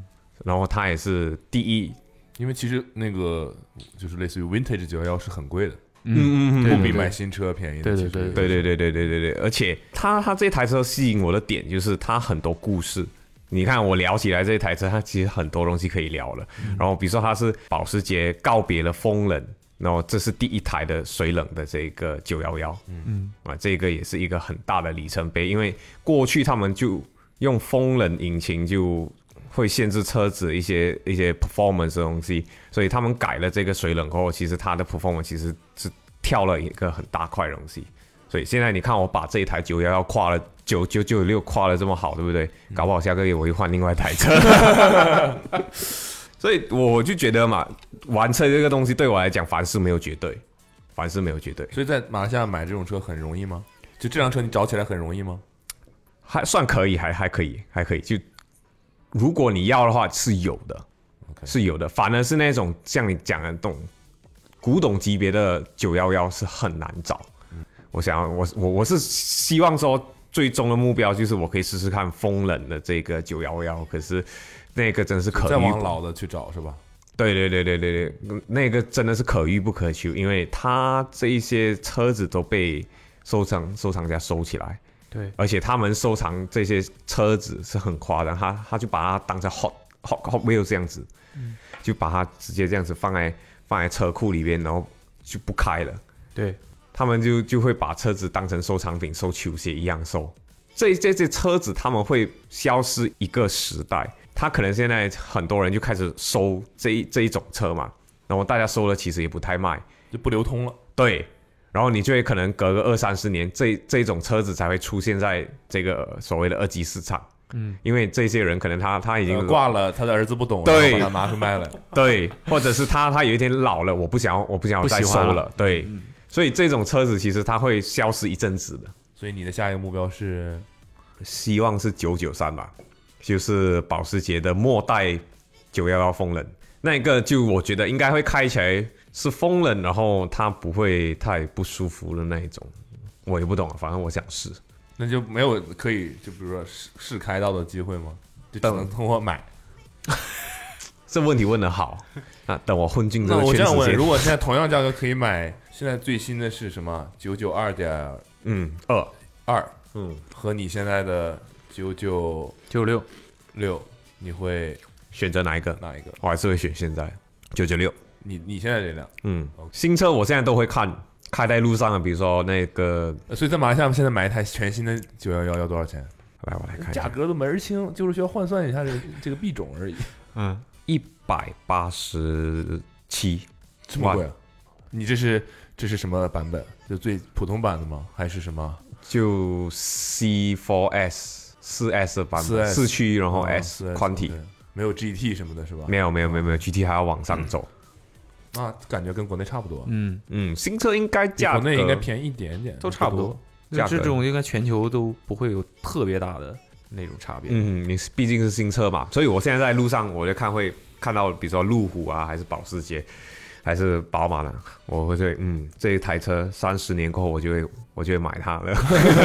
然后它也是第一，因为其实那个就是类似于 vintage 九幺幺是很贵的，嗯嗯不比卖新车便宜的。对对其实对对对对对对对对，而且它它这台车吸引我的点就是它很多故事。你看我聊起来这台车，它其实很多东西可以聊了。然后比如说它是保时捷告别了风冷，然后这是第一台的水冷的这个九幺幺，嗯啊，这个也是一个很大的里程碑，因为过去他们就用风冷引擎就会限制车子一些一些 performance 的东西，所以他们改了这个水冷后，其实它的 performance 其实是跳了一个很大块的东西。所以现在你看，我把这一台九幺幺跨了九九九六跨了这么好，对不对？搞不好下个月我又换另外一台车。 所以我就觉得嘛，玩车这个东西对我来讲，凡事没有绝对，凡事没有绝对，所以在马来西亚买这种车很容易吗？就这辆车你找起来很容易吗？还算可以，还还可以，还可以。就如果你要的话，是有的 OK 是有的。反而是那种像你讲的那种古董级别的九幺幺是很难找。我想要，我我我是希望说，最终的目标就是我可以试试看风冷的这个九幺幺，可是那个真是可遇再往不老的去找是吧？对对对对对对，那个真的是可遇不可求，因为它这一些车子都被收藏收藏家收起来。对而且他们收藏这些车子是很夸张，他他就把它当成 hot hot hot wheel 这样子，就把它直接这样子放在放在车库里面，然后就不开了。对，他们就就会把车子当成收藏品、收球鞋一样收。这这些车子他们会消失一个时代，他可能现在很多人就开始收这一这一种车嘛，然后大家收了其实也不太卖，就不流通了。对，然后你就会可能隔个二三十年，这这种车子才会出现在这个所谓的二级市场。嗯，因为这些人可能他他已经、呃挂了，他的儿子不懂，对然后把它拿出卖了。对，或者是他他有一天老了，我不想要我不想要不再喜收欢了，了对，所以这种车子其实它会消失一阵子的。所以你的下一个目标是希望是九九三吧，就是保时捷的末代九幺幺风冷，那一个就我觉得应该会开起来是风冷，然后它不会太不舒服的那一种，我也不懂，啊反正我想试。那就没有可以就比如说试试开到的机会吗？就只能通过买。这问题问的好啊！等我混进这那个我这圈样子问，先如，果现在同样价格可以买，现在最新的是什么？九九二点嗯，二，二嗯，和你现在的九九九六，六，你会选择哪一个？哪一个？我还是会选现在九九六。你你现在这辆，嗯 OK，新车我现在都会看，开在路上的，比如说那个，呃所以在马来西亚现在买一台全新的九幺幺要多少钱？来我来看一价下，格都门儿清，就是需要换算一下这个这个币种而已。嗯，一百八十七， 这么贵、啊？你这是这是什么版本？就最普通版的吗？还是什么？就 C 4 S 四 S 的版本， 4S 四驱，然后哦 S 4S 宽体，对没有 GT 什么的是吧？没有没有没有没有，GT 还要往上走。啊，感觉跟国内差不多，嗯，嗯，新车应该比价国格内应该便宜一点点，都差不不多。。那价格这种应该全球都不会有特别大的那种差别。嗯，你是毕竟是新车嘛，所以我现在在路上我就看会看到，比如说路虎啊，还是保时捷，还是宝马呢，我会对，嗯，这一台车三十年过后我就会我就会买它了，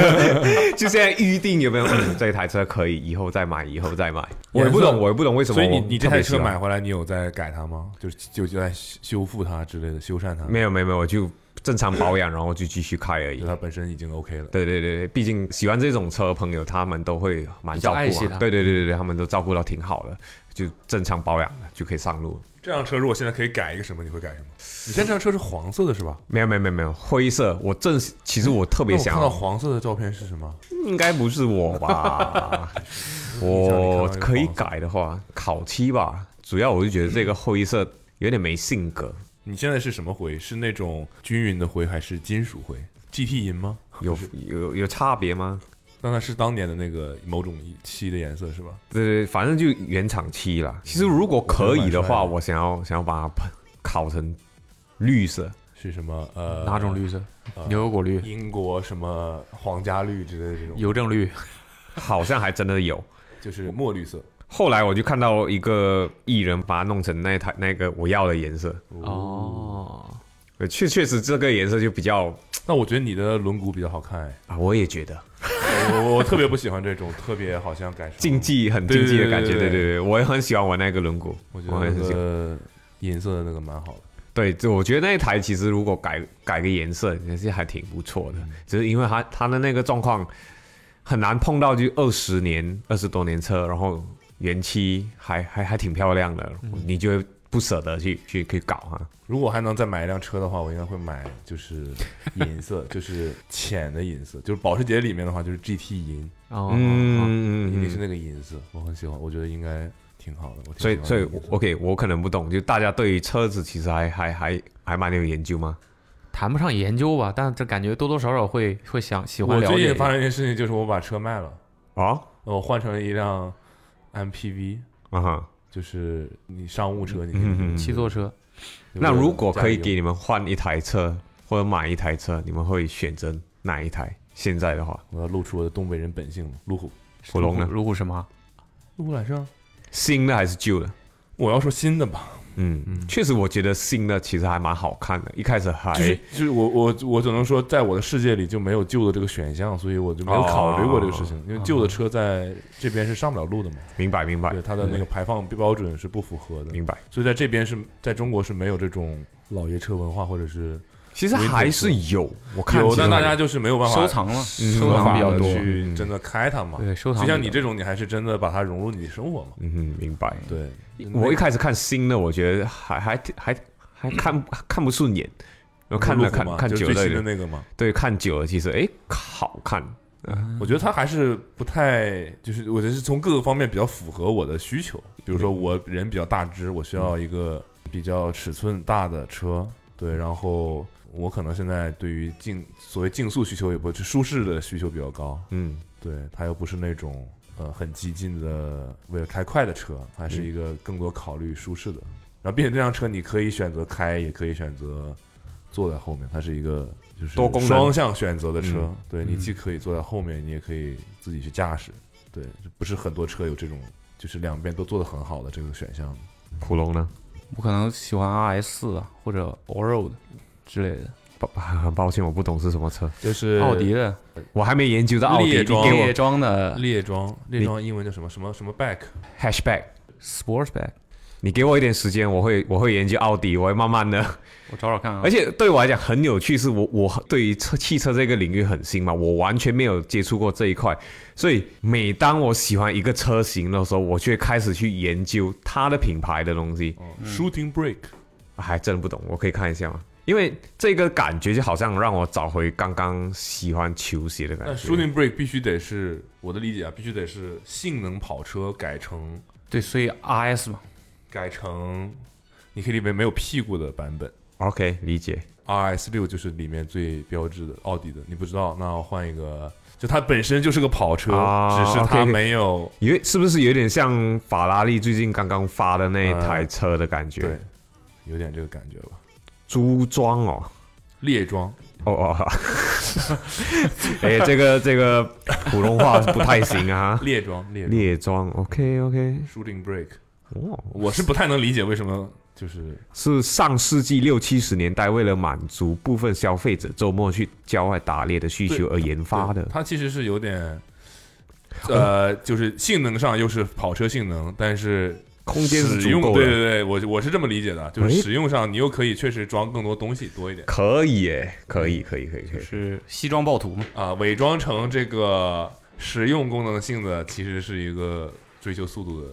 就现在预定有没有、嗯、这一台车可以以后再买，以后再买，我也不懂，我也不懂为什么所我以特别喜你你这台欢，车买回来，你有在改它吗？就是就就在修复它之类的，修缮它，没有没有没有，我就正常保养，然后就继续开而已就。它本身已经 OK 了。对对对对，毕竟喜欢这种车的朋友，他们都会蛮照顾、啊，比较爱惜它对对对对对，他们都照顾到挺好的，就正常保养了就可以上路了。这辆车如果现在可以改一个什么，你会改什么？你现在这辆车是黄色的是吧？没有没有没有没有，灰色，我正其实我特别那我想看到要，黄色的照片是什么？应该不是我吧？我可以改的话，烤漆吧。主要我就觉得这个灰色有点没性格，你现在是什么灰？是那种均匀的灰还是金属灰？GT 银吗？有有有差别吗？那它是当年的那个某种漆的颜色是吧？对对，反正就原厂漆啦。其实如果可以的话，我觉得蛮帅的我想要想要把它喷烤成绿色，是什么？呃，哪种？绿色？牛油果绿、英国什么皇家绿之类的这种，邮政绿，好像还真的有。就是墨绿色。后来我就看到一个艺人把它弄成那台那个我要的颜色，哦，呃确确实这个颜色就比较那我觉得你的轮毂比较好看哎，啊，我也觉得。我我我特别不喜欢这种特别好像改成竞，技很竞技的感觉，对对对对对对对，我也很喜欢玩那个轮毂，我觉我得很那喜欢。个银色的那个蛮好的。对，就我觉得那一台其实如果改改个颜色也是还挺不错的，只是因为它它的那个状况很难碰到，就二十年二十多年车，然后原漆还还还挺漂亮的，你就会不舍得去去去搞哈。如果还能再买一辆车的话，我应该会买就是 银色，就是浅的银色，就是保时捷里面的话就是 GT 银，哦，嗯一嗯定嗯是嗯。那个银色，我很喜欢，我觉得应该挺好的。我挺所以喜欢所以那个银色 OK，我可能不懂，就大家对于车子其实还还还还蛮有研究吗？谈不上研究吧，但这感觉多多少少会会想喜欢我了最解近一发下。生一件事情，就是我把车卖了，呃啊我换成了一辆 MPV，啊哈，就是你商务车，你可以嗯嗯嗯七座车，那如果可以给你们换一台车或者买一台车，你们会选择哪一台？现在的话，我要露出我的东北人本性了，路虎，普龙呢？如果什么？路虎揽胜。新的还是旧的？我要说新的吧，嗯，确实，我觉得新的其实还蛮好看的。一开始还、就是就是我我我只能说，在我的世界里就没有旧的这个选项，所以我就没有考虑过这个事情，因为旧的车在这边是上不了路的嘛，明白，明白对，它的那个排放标准是不符合的，嗯明白。所以在这边是在中国是没有这种老爷车文化，或者是其实还是有，我看有，其实但大还家就是没有办法收藏了，嗯收藏比较没有办多法。去真的开它嘛。对，收藏就比较像你这种，你还是真的把它融入你的生活嘛。嗯哼，明白。对，我一开始看新的，我觉得还还还还看看不顺眼，我看了路虎看嘛看就是久最新的了，那个嘛，对，看久了，其实哎，好看。我觉得它还是不太，就是我觉得是从各个方面比较符合我的需求。比如说我人比较大只，我需要一个比较尺寸大的车，对，然后我可能现在对于竞所谓竞速需求也不是舒适的需求比较高，嗯，对，它又不是那种呃很激进的为了开快的车，还是一个更多考虑舒适的。然后，并且这辆车你可以选择开，也可以选择坐在后面，它是一个就是多功能双向选择的车。嗯对你既可以坐在后面，你也可以自己去驾驶。对，不是很多车有这种就是两边都做的很好的这个选项。普龙呢？我可能喜欢 RS 四啊，或者 Allroad 之类的，抱很抱歉，我不懂是什么车，就是奥迪的我还没研究到奥迪。列你装给哦列我装的列装，列装英文叫什么什么什么 back， hatchback， Sportback，你给我一点时间，我会我会研究奥迪，我会慢慢的。我找找看啊而。且对我来讲很有趣，是我我对于车汽车这个领域很新嘛，我完全没有接触过这一块，所以每当我喜欢一个车型的时候，我就会开始去研究它的品牌的东西，哦、shooting brake，嗯还真不懂，我可以看一下吗？因为这个感觉就好像让我找回刚刚喜欢球鞋的感但觉。 shooting brake 必须得是我的理解啊，必须得是性能跑车改成对，所以 RS 嘛，改成，你可以里面没有屁股的版本。 OK，理解。 RS 六就是里面最标志的奥迪的，你不知道，那我换一个，就它本身就是个跑车，啊只是它 OK，OK 没有因为是不是有点像法拉利最近刚刚发的那一台车的感觉？对，有点这个感觉吧。朱庄哦，列装，。哦哦，哈 哎，这个这个普通话不太行啊列装，列装列装，OK OK， ，shooting break，哦，我是不太能理解为什么就是是上世纪六七十年代为了满足部分消费者周末去郊外打猎的需求而研发的对。它其实是有点，呃，就是性能上又是跑车性能，但是空间是使足用够对对的，对，我我是这么理解的，就是喂使用上你又可以确实装更多东西多一点，可以耶，可以可以可以可以。是西装暴徒嘛？啊，伪装成这个实用功能性的，其实是一个追求速度的。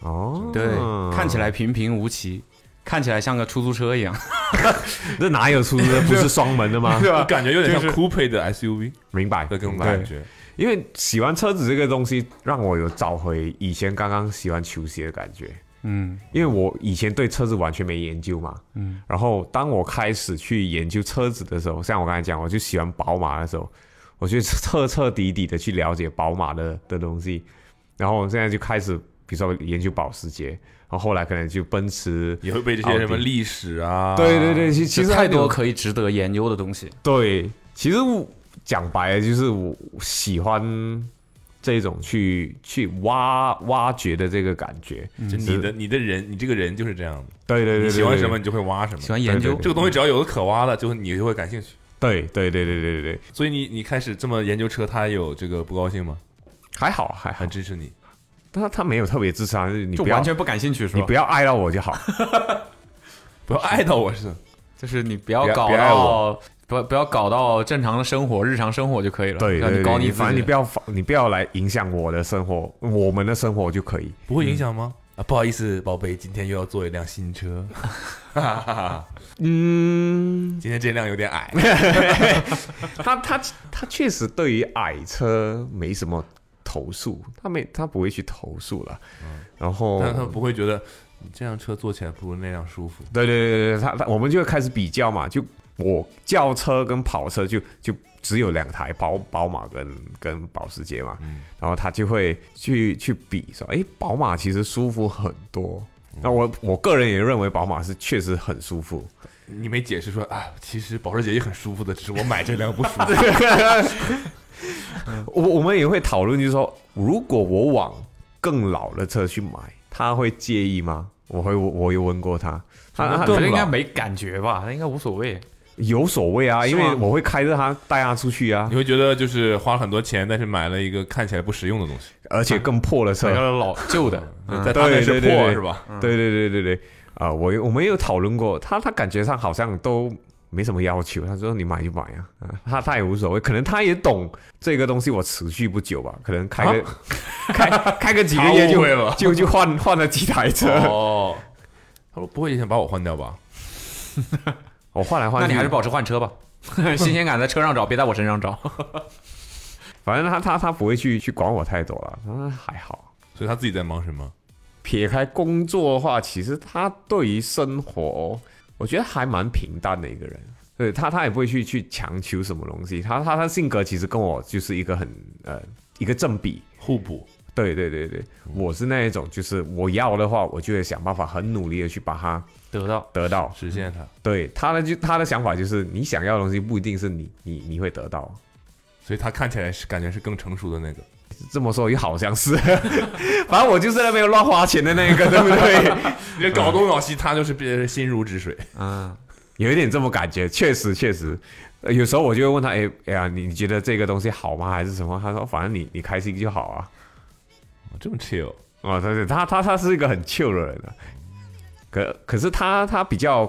哦，嗯看起来平平无奇，看起来像个出租车一样。这哪有出租车啊不是双门 的吗？我感觉有点像就是 coupe 的 SUV 明白，的那种明白感觉。因为喜欢车子这个东西，让我有找回以前刚刚喜欢球鞋的感觉。嗯，因为我以前对车子完全没研究嘛，嗯，然后当我开始去研究车子的时候，像我刚才讲，我就喜欢宝马的时候，我就彻彻底底的去了解宝马的的东西，然后我现在就开始，比如说研究保时捷，然后后来可能就奔驰，也会被这些什么历史啊，对对，对，其其其实实太多还有可以值得研究的东西。对，其实我讲白了就是我喜欢这种去去挖挖掘的这个感觉，嗯就你的你的人，你这个人就是这样的，嗯对对对对，你喜欢对什么？你就会挖什么，喜欢研究这个东西只要有可挖的，就你就会感兴趣。对对对对对对对，所以你你开始这么研究车，他有这个不高兴吗？还好还好很。支持你，他他没有特别支持啊，就是你就不要完全不感兴趣是你吧不？要爱到我就好。不要爱到我是就是你不要别搞别爱到，不要不要搞到正常的生活、日常生活就可以了。对让对你对，搞你自反正你己不。要你不要来影响我的生活，我们的生活就可以。不会影响吗？啊，不好意思，宝贝，今天又要做一辆新车，哈哈哈，嗯，今天这辆有点矮，他他他确实对于矮车没什么投诉，他没他不会去投诉了。然后，但他不会觉得你这辆车坐起来不如那辆舒服。对对对对，他他我们就会开始比较嘛，就我轿车跟跑车就就只有两台宝宝马跟跟保时捷嘛，嗯然后他就会去去比说，哎，宝马其实舒服很多。那我我个人也认为宝马是确实很舒服，你没解释说啊，其实保时捷也很舒服的，只是我买这辆不舒服。 我我们也会讨论，就是说，如果我往更老的车去买，他会介意吗？我会我我有问过他，他他他应该老没感觉吧？他应该无所谓。有所谓啊，因是为吗我会开着它带它出去啊你，会觉得就是花了很多钱，但是买了一个看起来不实用的东西，而且更破的车那，个老旧的， 在他那是嗯对对对破对是吧？对对对对对，啊、我有我们也有讨论过，他他感觉上好像都没什么要求，他说你买就买啊，啊他他也无所谓，可能他也懂这个东西我持续不久吧，可能开个、啊 开开个几个月他误就会了就就换换了几台车，哦，他说不会想把我换掉吧？我换来换那去，你还是保持换车吧。 新鲜感在车上找，别在我身上找。反正他他他不会去去管我太多了，他哎还好。所以他自己在忙什么？撇开工作的话，其实他对于生活，我觉得还蛮平淡的一个人。对他，他也不会去去强求什么东西。他他他性格其实跟我就是一个很呃一个正比。互补。对对对对，我是那一种，就是我要的话，我就会想办法很努力的去把它得到得到。实现它，对他的就他的想法就是，你想要的东西不一定是你你你会得到。所以他看起来是感觉是更成熟的那个。这么说也好像是， 反正我就是那没有乱花钱的那一个，对不对？你搞东搞西，他就是别人心如止水。 啊，有一点这么感觉，确实确实。呃有时候我就会问他，哎哎呀，你你觉得这个东西好吗？还是什么？他说，反正你你开心就好哦啊。这么 chill，哦，他是他他他是一个很 chill 的人啊。可可是他他比较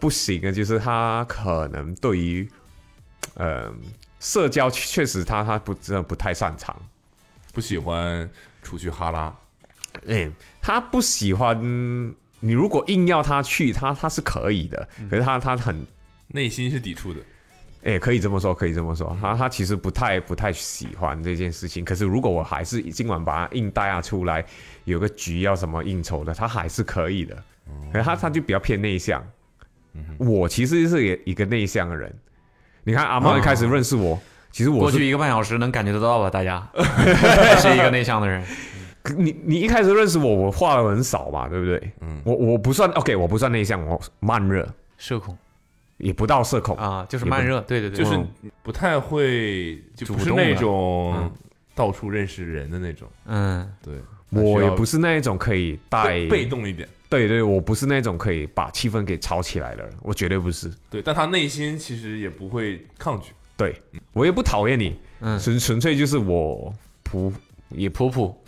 不行的，就是他可能对于，呃，社交确实他他不真的不太擅长。不喜欢出去哈拉，哎，他不喜欢你，如果硬要他去，他他是可以的。可是他他很内心是抵触的。哎、可以这么说，可以这么说。他他其实不太不太喜欢这件事情，可是如果我还是今晚把他硬带啊出来，有个局要什么应酬的，他还是可以的。可是他他就比较偏内向。嗯我其实是也一个内向的人。你看阿猫一开哦始认识我，其实我过是 去一个半小时能感觉得到吧？大家是一个内向的人，可你你一开始认识我，我话的很少嘛，对不对？嗯，我我不算 OK，我不算内向，我慢热，社恐也不到社恐。啊，就是也不慢热，对对对，嗯就是不太会，就不主是动的那种到处认识人的那种，嗯，对，我还也需要不是那一种可以带被被动一点，对对，我不是那种可以把气氛给炒起来的人，我绝对不是。对，但他内心其实也不会抗拒，对我也不讨厌你，嗯纯纯粹就是我不也不普普，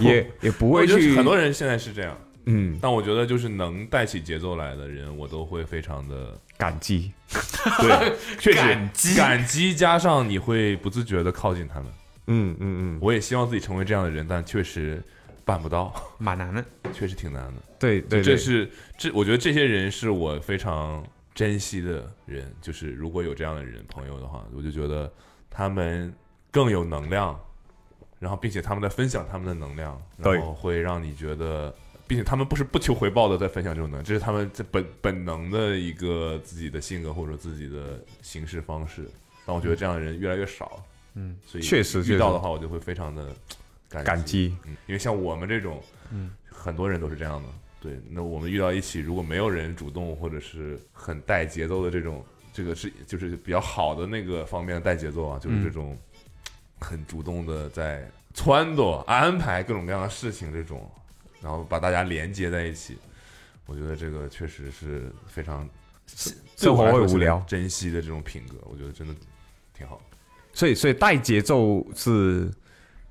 也也不会我觉得去很多人现在是这样，嗯但我觉得就是能带起节奏来的人，我都会非常的感激。对，确实感激感激加上你会不自觉的靠近他们。嗯嗯嗯，我也希望自己成为这样的人，但确实办不到，蛮难的，确实挺难的。对对这对，是这，我觉得这些人是我非常珍惜的人，就是如果有这样的人朋友的话，我就觉得他们更有能量，然后并且他们在分享他们的能量，对然后会让你觉得。并且他们不是不求回报的在分享这种能量，这是他们在本本能的一个自己的性格或者自己的行事方式。但我觉得这样的人越来越少，嗯，所以确实确遇实到的话，我就会非常的感感激。嗯，因为像我们这种，嗯，很多人都是这样的。对，那我们遇到一起，如果没有人主动或者是很带节奏的这种，这个是就是比较好的那个方面的带节奏啊，就是嗯这种很主动的在撺掇、安排各种各样的事情这种，然后把大家连接在一起，我觉得这个确实是非常生活会无聊，珍惜的这种品格，我觉得真的挺好。所以所以带节奏是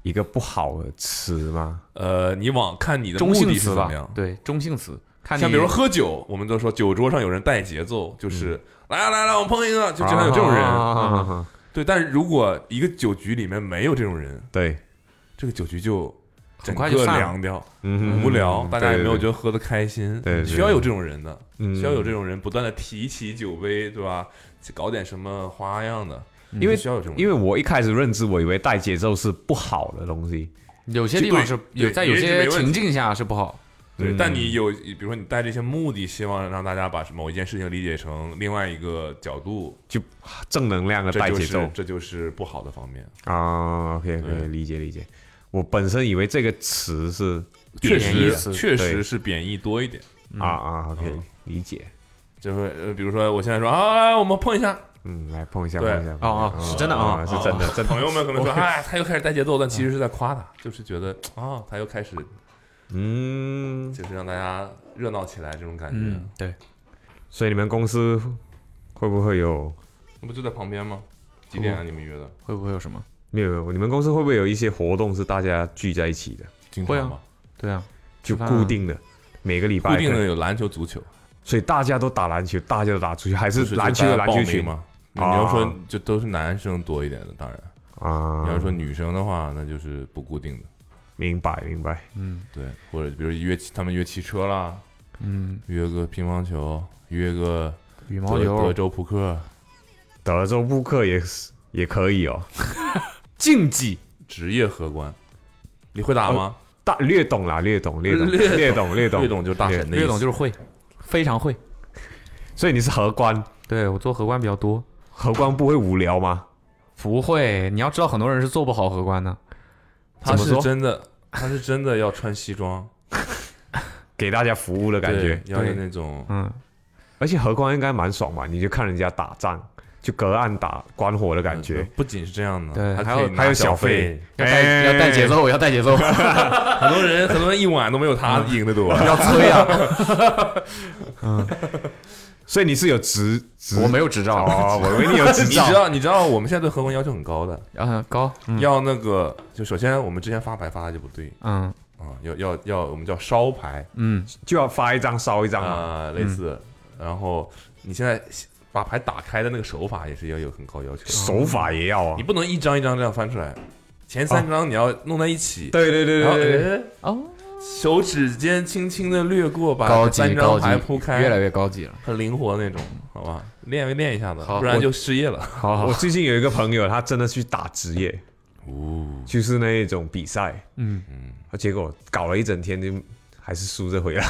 一个不好的词吗？呃，你往看你的中目性的是词怎吧么样？，对，中性词，看你像比如说喝酒，我们都说酒桌上有人带节奏，就是、嗯来啊来啊来啊，我碰一个，就经常有这种人。人，对，但是如果一个酒局里面没有这种人，对，这个酒局就整很快个就散了凉掉，嗯无聊，大家也没有觉就得喝的开心。对对对需要有这种人的，嗯需要有这种人不断的提起酒杯，对吧？搞点什么花样的，因为需要有这种人，因为我一开始认知，我以为带节奏是不好的东西。有些地方是对有在有对这是没些问题情境下是不好，对，嗯但你有，比如说你带着一些目的，希望让大家把某一件事情理解成另外一个角度，就正能量的这带就节是奏这就是不好的方面。啊，OK，OK，理解。OK 对 OK，理解理解。我本身以为这个词是确贬义实词确实是贬义多一点，啊啊，OK，嗯理解。就会呃，比如说我现在说啊，我们碰一下，嗯，来碰一下，碰对一下。碰一下哦哦是真的啊是真 的，真的。朋友们可能说哎，他又开始带节奏，但其实是在夸他，就是觉得啊，他又开始嗯，就是让大家热闹起来这种感觉嗯，，对，所以你们公司会不会有？那不就在旁边吗？几点啊？你们约的？会不会有什么？没有没有，你们公司会不会有一些活动是大家聚在一起的，经会啊常吗？对啊，就吃饭啊固定的，每个礼拜固定可的能，有篮球、足球， 所以大家都打篮球，大家都打足球，还就是是篮球就的大家篮报球名群嘛。那你要说啊就都是男生多一点的，当然，啊？你要说女生的话，那就是不固定的，明白明白，嗯对，或者比如约他们约骑车啦，嗯，约个乒乓球，约个羽德毛德球，州扑克德州扑克也是也可以哦，竞技，职业荷官，你会打吗？大略懂啦，略懂略懂略懂略懂略懂略懂就是大神的意思岳总就是会，非常会。所以你是荷官，对我做荷官比较多，荷官不会无聊吗？不会，你要知道很多人是做不好荷官的，他怎么是说真的，他是真的要穿西装，给大家服务的感觉对，要有对那种嗯，而且荷官应该蛮爽嘛，你就看人家打仗，就隔岸打关火的感觉。不仅是这样的，对还还可以有拿还有小费费，，要带要带节奏，要带节奏， 很多人很多人一晚都没有他赢的多。要催啊！所以你是有执执我没有执照， 哦，我以为你有执你知照。道，你知道我们现在对荷官要求很高的，嗯，高，嗯要那个就首先我们之前发牌发的就不对嗯啊，要要要我们叫烧牌嗯，就要发一张烧一张嘛。啊，类似。然后你现在把牌打开的那个手法也是要有很高要求，手法也要啊你。不能一张一张这样翻出来，前三张你要弄在一起，哦对对对然后对对，哎哦，手指间轻轻的掠过，高把级三张高级牌铺，开，越来越高级了。很灵活那种，好吧？练一练一下子，好不然我就失业了。好我好，最近有一个朋友，他真的去打职业，哦，就是那一种比赛，嗯，结果搞了一整天就还是输着回来。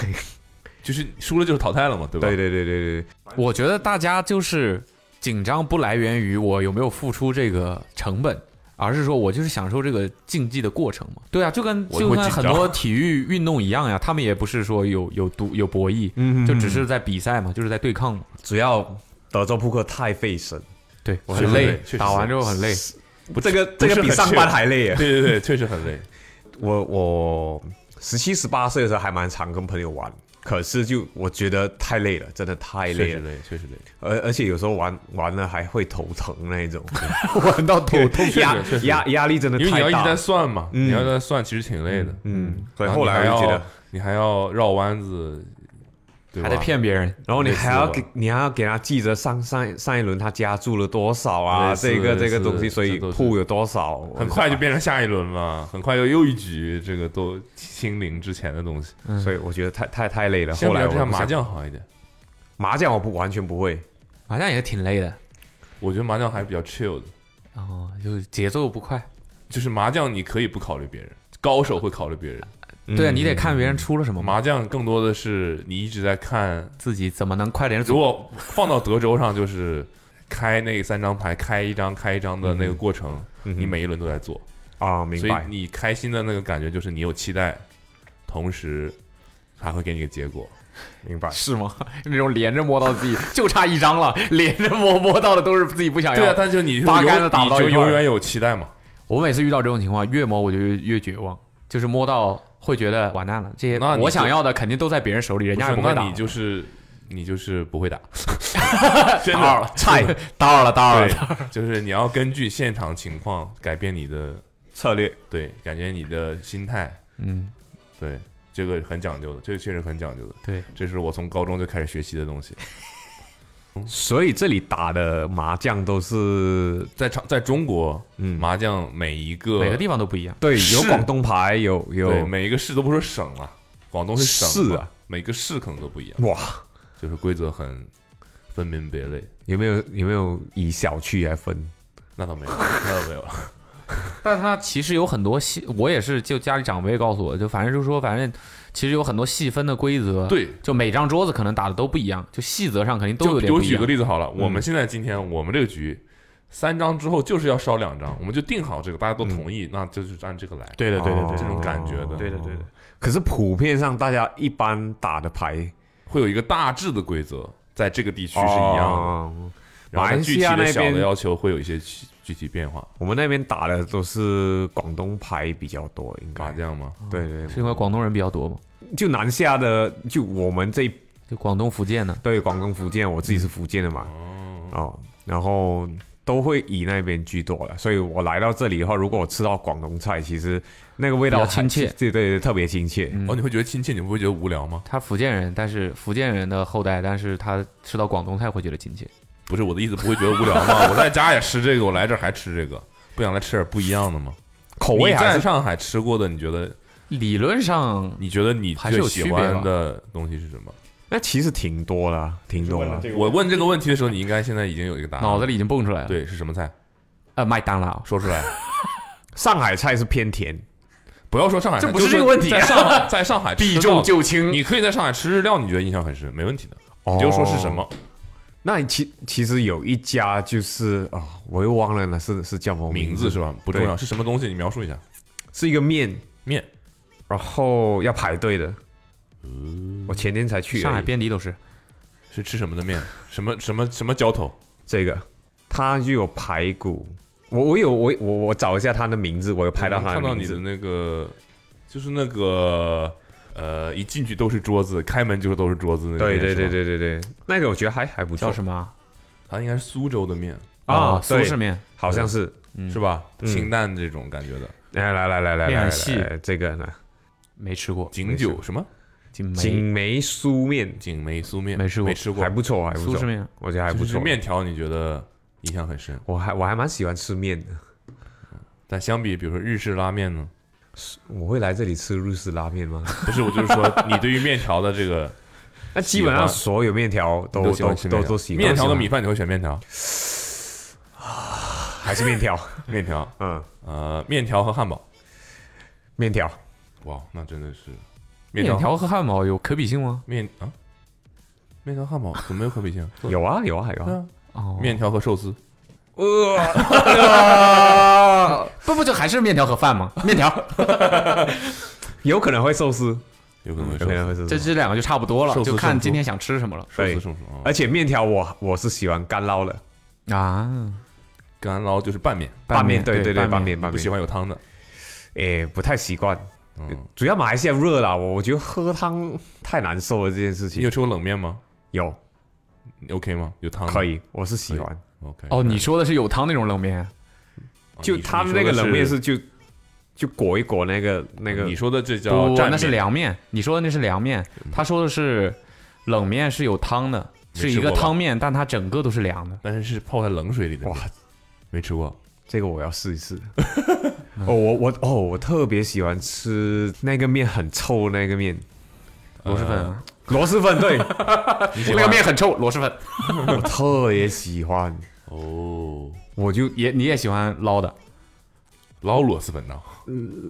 就是输了就是淘汰了嘛，对吧？对对对对对，我觉得大家就是紧张不来源于我有没有付出这个成本，而是说我就是享受这个竞技的过程嘛。对啊，就跟我就会跟紧很张多体育运动一样呀，他们也不是说有有赌有博弈，嗯就只是在比赛嘛，就是在对抗嘛。主要德州扑克太费神，对，我确很实累累确，实打完之后很累。不这个不这是个比很上确班还累耶。对对对，确实很累。我我十七十八岁的时候还蛮常跟朋友玩，可是就我觉得太累了，真的太确累实了，累，确实累。而而且有时候玩玩了还会头疼那 一种，玩到头痛确实压确实压压力真的因为你要太一直大在了。算嘛，嗯你要在算，其实挺累的。嗯，所以然后来我就觉你还得要，你还要绕弯子，对吧还得骗别人，然后你类似还要吧给你还要给他记着上上上一轮他加注了多少啊，类似这个类这个似东西，所以这都是铺有多少，很快就变成下一轮了，很快又又一局，这个都清零之前的东西。所以我觉得太太太啊累了。相后比来较我之下，不想麻将好一点，麻将我不完全不会，麻将也挺累的，我觉得麻将还是比较 chill 的，然后就是节奏不快。就是麻将你可以不考虑别人，高手会考虑别人，对啊，嗯你得看别人出了什么嘛，麻将更多的是你一直在看。自己怎么能快点如走。果放到德州上，就是开那三张牌，开一张开一张的那个过程，嗯你每一轮都在做，啊，明所以白。你开心的那个感觉就是你有期待，同时还会给你个结果。明白。 是吗？ 那种连着摸到自己， 就差一张了，连着摸摸到的都是自己不想要。对啊，但就你就八永竿子打不到你就一块儿永远有期待嘛。我每次遇到这种情况，越摸我就越越绝望，就是摸到会觉得完蛋了，这些那你就我想要的肯定都在别人手里，人不家是也不会打那你。就是你就是不 会打，真打的扰 了，菜打扰了，打扰了。对，就是你要根据现场情况改变你的策略对，感觉你的心态，嗯，对，这个很讲究的，这个确实很讲究的，对，这是我从高中就开始学习的东西，所以这里打的麻将都是在场在中国，嗯麻将每一个每个地方都不一样。对，有是广东牌，有对有每一个市都不说省了，广东是省是嘛啊，每个市可能都不一样，哇，就是规则很分门别类，有没有有没有以小区来分？那倒没有，那倒没有，但它其实有很多细，我也是就家里长辈告诉我，就反正就说，反正其实有很多细分的规则。，对，就每张桌子可能打的都不一样，就细则上肯定都有就点我不一举样嗯个。例子好了，我们现在今天我们这个局。三张之后就是要烧两张，我们就定好这个，大家嗯都同意，那就是按这个来。对的，对哦的，对的，这种感觉的嗯对的，对的。可是普遍上大家一般打的牌会有一个大致的规则，在这个地区是一样的。哦然后马来它西具体亚的那小边的要求会有一些具具体变化。我们那边打的都是广东牌比较多，应麻该将吗？对对是因为广东人比较多嘛？对，就南下的，就我们这一就广东、福建的，对广东、福建，我自己是福建的嘛，哦，然后都会以那边居多了，所以我来到这里的话，如果我吃到广东菜，其实那个味道比较亲切嗯还对对对，特别亲切。哦，你会觉得亲切，你不会觉得无聊吗？他福建人，但是福建人的后代，但是他吃到广东菜会觉得亲切。不是我的意思，不会觉得无聊吗？我 在家也吃这个，我来这儿还吃这个，不想来吃点不一样的吗？口你味还在是上海吃过的，你觉得理论上你觉得你还是最有喜区别吧欢的东西是什么？那其实挺多的，挺多的。我问这个问题的时候，你应该现在已经有一个答案，脑子里已经蹦出来了。，对是什么菜？呃，麦当劳。说出来，上海菜是偏甜，不要说上海菜，这不是就这个问题在上海，在上海吃到就轻你可以在上海吃日料，你觉得印象很深，没问题的。哦哦你就说是什么？那其其实有一家就是啊、我又忘了那是是叫什么名哦字字是吧？不重要，是什么东西？你描述一下。是一个面，面然后要排队的。嗯我前天才去而已上海遍地都是。是吃什么的面？ 什么什么什么浇头？这个，它就有排骨。我我有我我我找一下它的名字，我有排到我能它嗯看的到名你的字。那个，就是那个呃，一进去都是桌子，开门就是都是桌子那个对面。对对是吧，对对对，那个我觉得还还不错。叫什么啊哦它应该是苏州的面啊？苏对，式面，好像是。哎是吧？嗯清淡这种感觉的来来来来来面来来很细来，这个呢，没吃过。景酒什么锦梅锦梅酥面锦梅酥面没吃过没吃过还，不错，还不苏式错，面，我觉得还不就是错。面条你觉得印象很深，我还我还蛮喜欢吃面的。但相比比如说日式拉面呢？我会来这里吃日式拉 面吗？不是，我就是说你对于面条的这个那基本上喜欢所有面条 都你都喜欢吃都面条都喜欢。面条的米饭你会选面条？还是面条，面条，嗯，呃，面条和汉堡，面 条。哇，那真的是面面条和汉堡有可比性吗？面啊，面条汉堡怎么没有可比 性？有啊有啊有对啊，啊，哦，面条和寿司，呃，道，不不就还是面条和 饭吗？面条，有可能会寿司，有可能会有可能受会寿司。这这两个就差不多了，寿司就看胜出今天想吃什么了受对死受死啊！而且面条我我是喜欢干捞的，啊。干捞就是拌面，拌面对对，对拌拌面面拌不喜面，欢有汤的。诶，不太习惯。嗯，主要马来西亚热啦，我我觉得喝汤太难受了这件事你情有。吃过冷面吗有你？OK 吗？有汤的可以，我是喜欢， OK 哦，你说的是有汤那种冷面，哦就你他你们说那个的冷面是就就裹一裹那个那个你说的这叫不，啊蘸那是面嗯凉面。你说的那是凉面，他说的是冷面是有汤的，没是一吃个过吧汤面，但它整个都是凉的。但是是泡在冷水里的。哇，没吃过。这个我要试一试。 哦，我我哦，我特别喜欢吃那个面很臭的那个面，嗯螺蛳粉啊，螺蛳 粉，对那个面很臭，螺蛳粉我特别喜欢，哦，我就也你也喜欢捞的捞螺蛳粉呢？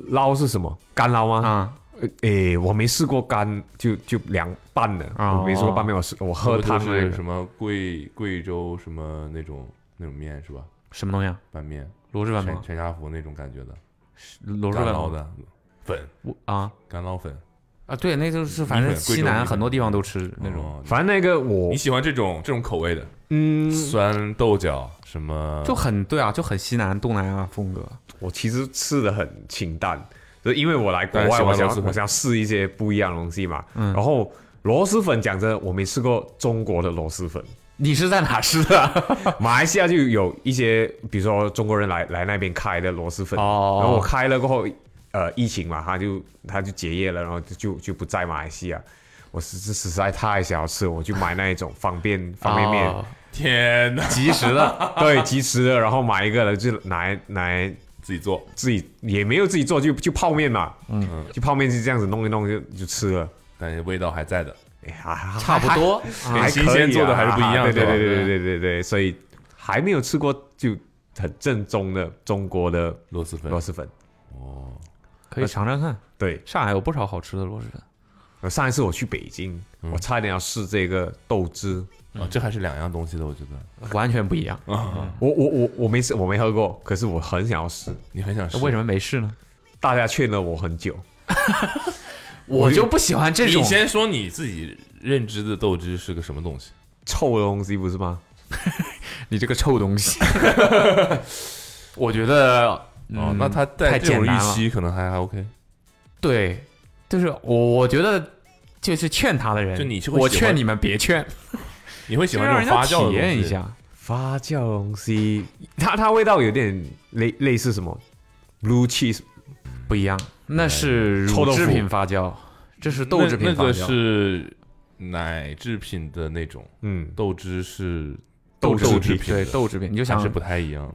捞是什么干捞嗯吗？啊？诶、我没试过干，就就凉拌的，哦啊我没试过拌面，我试我喝那不汤就的那是个什么贵贵州什么那种那种面是吧？什么东西啊？拌面，螺蛳粉全吗？全家福那种感觉的，螺蛳干粉捞吗的粉，我啊干捞粉啊，对，那就是反正米粉贵州西米南粉哦很多地方都吃那那种，种。反正那个我你喜欢这种这种口味的嗯，酸豆角什么？就很对啊，就很西南东南亚风格。我其实吃的很清淡，就是因为我来国但是外，啊喜欢我想螺蛳粉嗯我想试一些不一样的东西嘛。然后螺蛳粉，讲真，我没吃过中国的螺蛳粉，你是在哪吃的？ 马来西亚就有一些，比如说中国人来来那边开的螺蛳粉，哦然后我开了过后，呃，疫情嘛，他就他就结业了，然后就就就不在马来西亚。我实实实在太想要吃，我就买那一种方便方便面，哦天哪，即时的， 对，即时的，然后买一个了就拿来拿来自己做自己也没有自己做，就就泡面嘛，嗯，就泡面就这样子弄一弄就就吃了，但是味道还在的。哎呀，差不多，还跟还新可以鲜做的啊还是不一样是对对吧对对对对对，所以还没有吃过就很正宗的中国的螺蛳粉螺蛳粉。哦，可以尝尝看。对，呃上海有不少好吃的螺蛳粉，上一次我去北京，嗯我差点要试这个豆汁，啊，这还是两样东西的，我觉得。完全不一样。我我我我没试，我没喝过，可是我很想要试。你很想吃那为什么没试呢？大家劝了我很久，我就不喜欢这种你。先说你自己认知的豆汁是个什么东西？臭的东西不是吗？你这个臭东西，我觉得嗯哦，那它在太这简种单预了期可能还还 OK。对，就是我我觉得就是劝他的人，就你是会我喜欢劝你们别劝，你会喜就欢让这人种发家酵的体东验一西下。发酵的东西，它它味道有点类类似什么 blue cheese 不一样，那是臭乳豆腐制品发酵，这是豆制品那发那酵。个是奶制品的那种，嗯，豆汁是豆制制品品对的豆制品，你就还想是不太一样。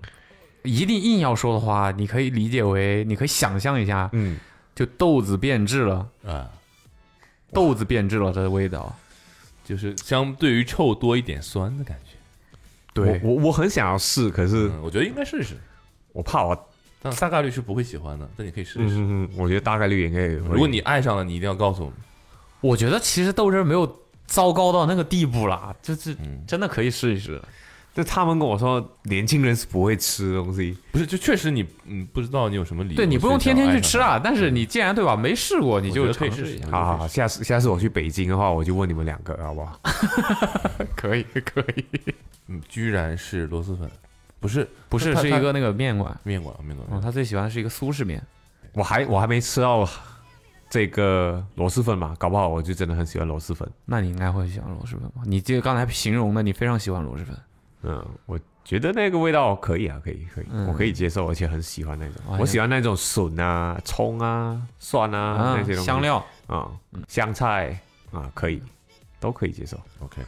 一定硬要说的话，你可以理解为，你可以想象一下，嗯，就豆子变质了，啊，豆子变质了的味道。就是相对于臭多一点酸的感觉。对，我我我很想要试，可是嗯，我觉得应该试试，我怕我，但大概率是不会喜欢的，但你可以试试。嗯，我觉得大概率应该也会。如果你爱上了，你一定要告诉我们。我觉得其实豆汁儿没有糟糕到那个地步啦，就是嗯真的可以试一试。就他们跟我说，年轻人是不会吃的东西，不是，就确实你嗯不知道你有什么理由，对你不用天天去吃啊，但是嗯你既然对吧没试过，你我就觉得可以尝试一试下。好好好，下次下次我去北京的话，我就问你们两个好不好？ 可以可以，嗯，居然是螺蛳粉，不是不是它是一个那个面馆，面馆面馆哦，他最喜欢是一个苏式面。我还我还没吃到这个螺蛳粉嘛，搞不好我就真的很喜欢螺蛳粉。那你应该会喜欢螺蛳粉吧？你这刚才形容的，你非常喜欢螺蛳粉。嗯，我觉得那个味道可以啊，可以可以，嗯我可以接受，而且很喜欢那种。哎呀我喜欢那种笋啊、葱啊、蒜啊、那些东西香料啊、香菜啊，可以，都可以接受。 OK，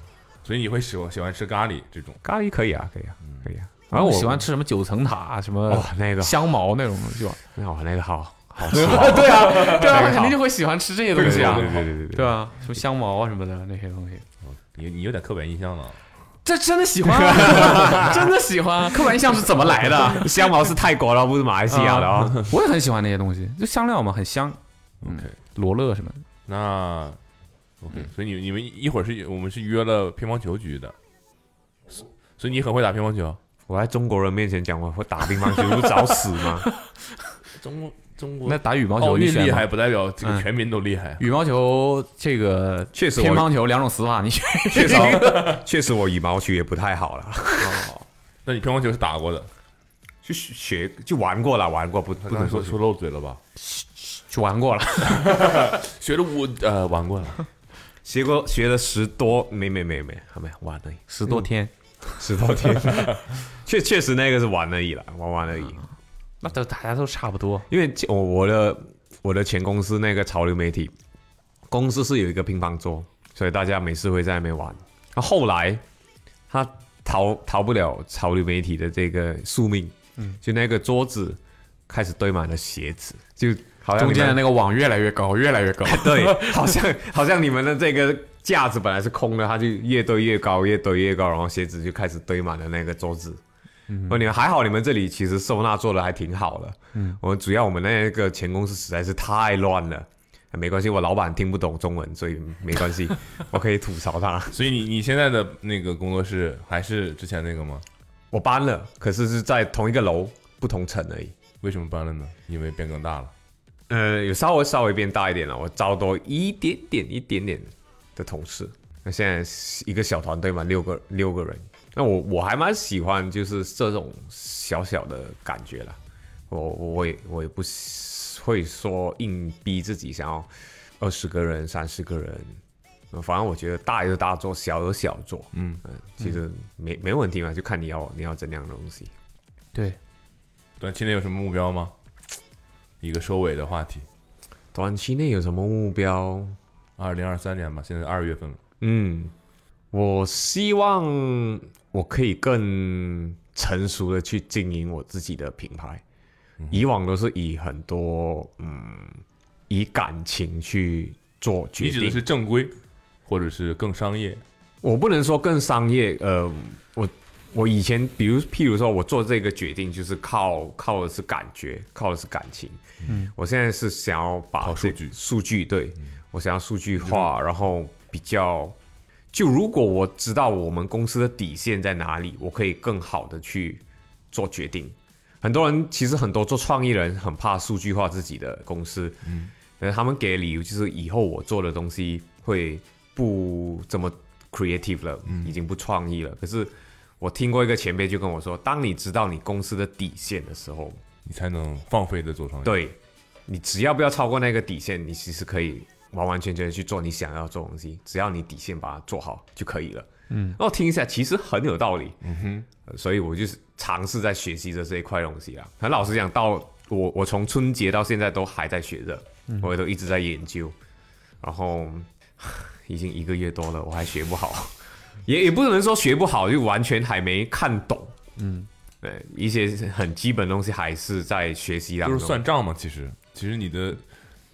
所以你会喜欢喜欢吃咖喱这种。咖喱可以啊，可以啊，可以啊。然然后后我我喜欢吃什么九层塔、什么哦哇、那啊个香茅那种 东西吧。哇，那个好好吃，对啊，对啊，那他个肯定就好会喜欢吃这些东西啊对。对对对对对啊，什么香茅啊什么的那些东西，你你有点刻板印象了，这真的喜 欢、啊，真的喜欢、刻板印象是怎么来的？ 对，香茅是泰国的，不是马来西亚的哦。我也很喜欢那些东西，就香料嘛，很香。嗯 OK 罗勒什么的，那 OK，、所以你你们一会儿是我们是约了乒乓球局的，所所以你很会打乒乓球， 我在中国人面前讲我会打乒乓球，不是找死 吗？中国中国那打羽毛奥球运你选哦厉吗害，不代表这嗯个全民都厉害。羽毛球这个确实我乒乓球两种死法，你选确实，确实我羽毛球也不太好了，那你乒乓球是打过的，就学就玩过了，玩过不不不能能说说说漏嘴了吧？去玩过了，学了五呃玩过了，学过学了十多，没没没没，还没玩而已，十多天，十多 天，确确实那个是玩而已啦，玩玩而已。那都大家都差不多。因为我我的我的前公司那个潮流媒体公司是有一个乒乓桌，所以大家每次会在那边玩。那后来他逃逃不了潮流媒体的这个宿命，嗯，就那个桌子开始堆满了鞋子，就好像中你们间的那个网越来越高，越来越高。 对，好像好像你们的这个架子本来是空的，它就越堆越高，越堆越高，然后鞋子就开始堆满了那个桌子。嗯，你们还好，你们这里其实收纳做的还挺好的。嗯，我们主要我们那个前公司实在是太乱了，没关系，我老板听不懂中文，所以没关 系，我可以吐槽他。所以你你现在的那个工作室还是之前那个吗？我搬了，可是是在同一个楼不同层而已。为什么搬了呢？因为变更大了。呃，有稍微稍微变大一点了，我招多一点点一点点的同事。那现在一个小团队嘛，六个六个人。那我我还蛮喜欢就是这种小小的感觉啦。我我也我也不会说硬逼自己想要二十个人、三十个人。呃反正我觉得大有大做，小有小做。嗯嗯，其实没没问题嘛，就看你要你要怎样的东西。对，短期内有什么目标吗？一个收尾的话题，短期内有什么目标？二零二三年吧，现在二月份了，嗯，我希望我可以更成熟的去经营我自己的品牌。以往都是以很多嗯，以感情去做决你指的定。是正规，或者是更商业？我不能说更商业，呃，我我以前比如譬如说我做这个决定就是靠靠的是感觉，靠的是感情。嗯，我现在是想要把靠这数据嗯数据对、我想要数据化，然后比较就如果我知道我们公司的底线在哪里，我可以更好的去做决定。很多人其实很多做创意人很怕数据化自己的公司，嗯，但是他们给的理由就是以后我做的东西会不这么 creative 了，已经不创意了。可是我听过一个前辈就跟我说，当你知道你公司的底线的时候，你才能放飞的做创业。，对你只要不要超过那个底线，你其实可以完完全全去做你想要做的东西，只要你底线把它做好就可以了。嗯，然后听一下，其实很有道理。嗯哼，所以我就是尝试在学习着这一块东西啊。很老实讲，到我我从春节到现在都还在学着，我也都一直在研究，然后已经一个月多了，我还学不好， 也也不能说学不好，就完全还没看懂。嗯，对，一些很基本的东西还是在学习当就中。是算账嘛。其实，其实你的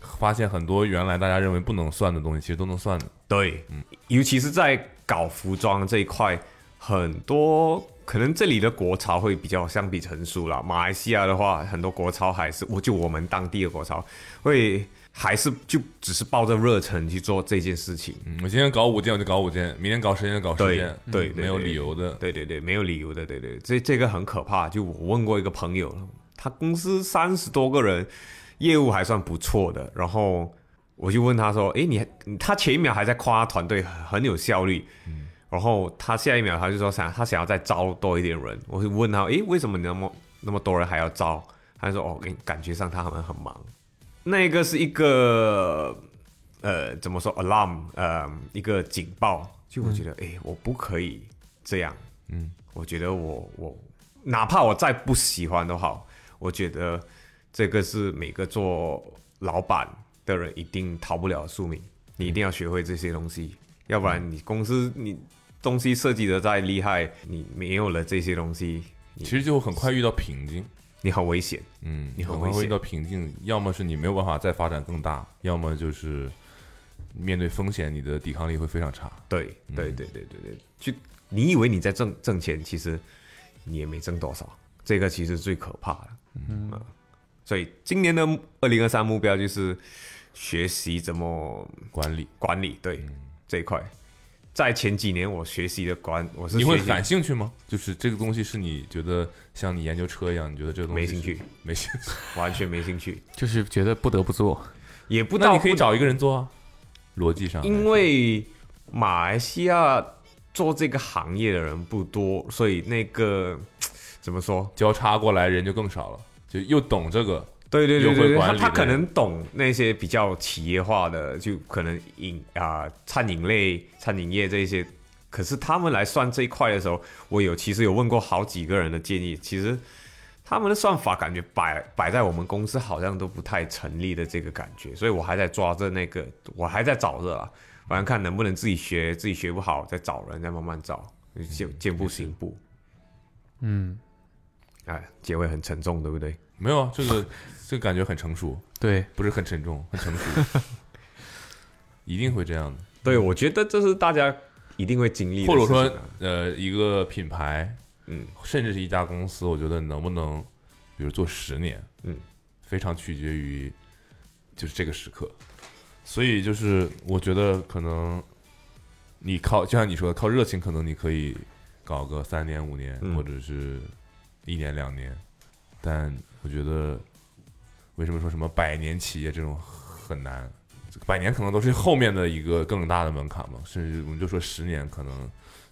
发现很多原来大家认为不能算的东西，其实都能算的。对，尤其是在搞服装这一块，很多可能这里的国潮会比较相比成熟啦。马来西亚的话，很多国潮还是我就我们当地的国潮会还是就只是抱着热忱去做这件事情。嗯，我今天搞五件我就搞五件，明天搞十件就搞十对件，对嗯对没有对理由的。对对对，没有理由的，对对，这这个很可怕。就我问过一个朋友，他公司三十多个人，业务还算不错的。然后我就问他说：“诶，你你他前一秒还在夸团队很很有效率，然后他下一秒他就说想他想要再招多一点人。”我就问他：“诶，为什么你那么那么多人还要招？”他就说：“哦，诶感觉上他们很忙。”那个是一个呃，怎么说 alarm，呃，一个警报。就我觉得，哎、我不可以这样。嗯，我觉得我我哪怕我再不喜欢都好，我觉得这个是每个做老板的人一定逃不了的宿命。你一定要学会这些东西，要不然你公司你东西设计的再厉害，你没有了这些东西，其实就很快遇到瓶颈。你很危险。嗯，你很很危快会遇险到瓶颈，要么是你没有办法再发展更大，要么就是面对风险，你的抵抗力会非常差。对对对对对对，就你以为你在挣挣钱，其实你也没挣多少，这个其实最可怕的。嗯、啊，所以今年的二零二三目标就是学习怎么管理嗯管理对、这一块，在前几年我学习的观，我是你会学习感兴趣吗？就是这个东西是你觉得像你研究车一样，你觉得这个东西没是兴趣，没兴 趣。完全没 兴趣，就是觉得不得不做。也不那到你可以不找一个人做啊，逻辑上来说，因为马来西亚做这个行业的人不多，所以那个怎么说？交叉过来人就更少了，就又懂这个，对对对又对会对，管他理他的可能懂那些比较企业化的，就可能饮啊、餐饮类、餐饮业这一些。可是他们来算这一块的时候，我有其实有问过好几个人的建议，其实他们的算法感觉摆摆在我们公司好像都不太成立的这个感觉，所以我还在抓着那个，我还在找着啊，反正看能不能自己学，自己学不好再找人，再慢慢找，见见步行步。嗯，哎，结尾很沉重，对不对？没有啊，这个这个感觉很成熟，对，不是很沉重，很成熟，一定会这样的。对，我觉得这是大家一定会经历的或者事说情啊，呃，一个品牌，嗯，甚至是一家公司，我觉得能不能，比如做十年，嗯，非常取决于就是这个时刻。所以就是我觉得可能你靠，就像你说的，靠热情，可能你可以搞个三年、五年，嗯或者是一年、两年。但我觉得，为什么说什么百年企业这种很难？百年可能都是后面的一个更大的门槛嘛，甚至我们就说十年，可能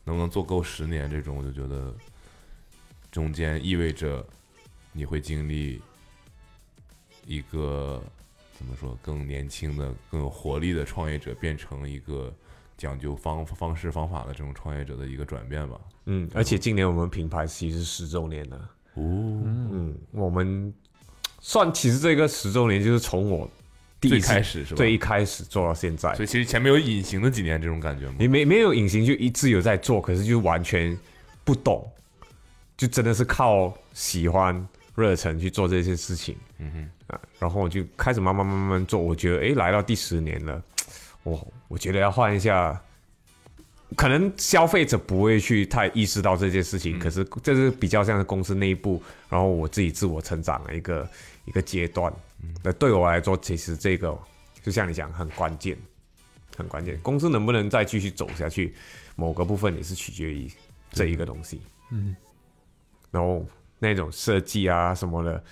能不能做够十年这种，我就觉得中间意味着你会经历一个怎么说更年轻的、更有活力的创业者，变成一个讲究方方式方法的这种创业者的一个转变吧。嗯，而且今年我们品牌其实十周年了，哦，嗯，我们算其实这个十周年就是从我第一最次开始是吧？最一开始做到现在所，以其实前面有隐形的几年这种感觉吗你？没没有隐形就一直有在做，可是就完全不懂，就真的是靠喜欢热忱去做这些事情，嗯哼。啊，然后我就开始慢慢慢慢慢做，我觉得诶，来到第十年了，我我觉得要换一下，可能消费者不会去太意识到这件事嗯情，可是这是比较像是公司内部，然后我自己自我成长的一个一个阶段。嗯那对我来说，其实这个就像你讲，很关键，很关键。公司能不能再继续走下去，某个部分也是取决于这一个东西。嗯，然后那种设计啊什么的，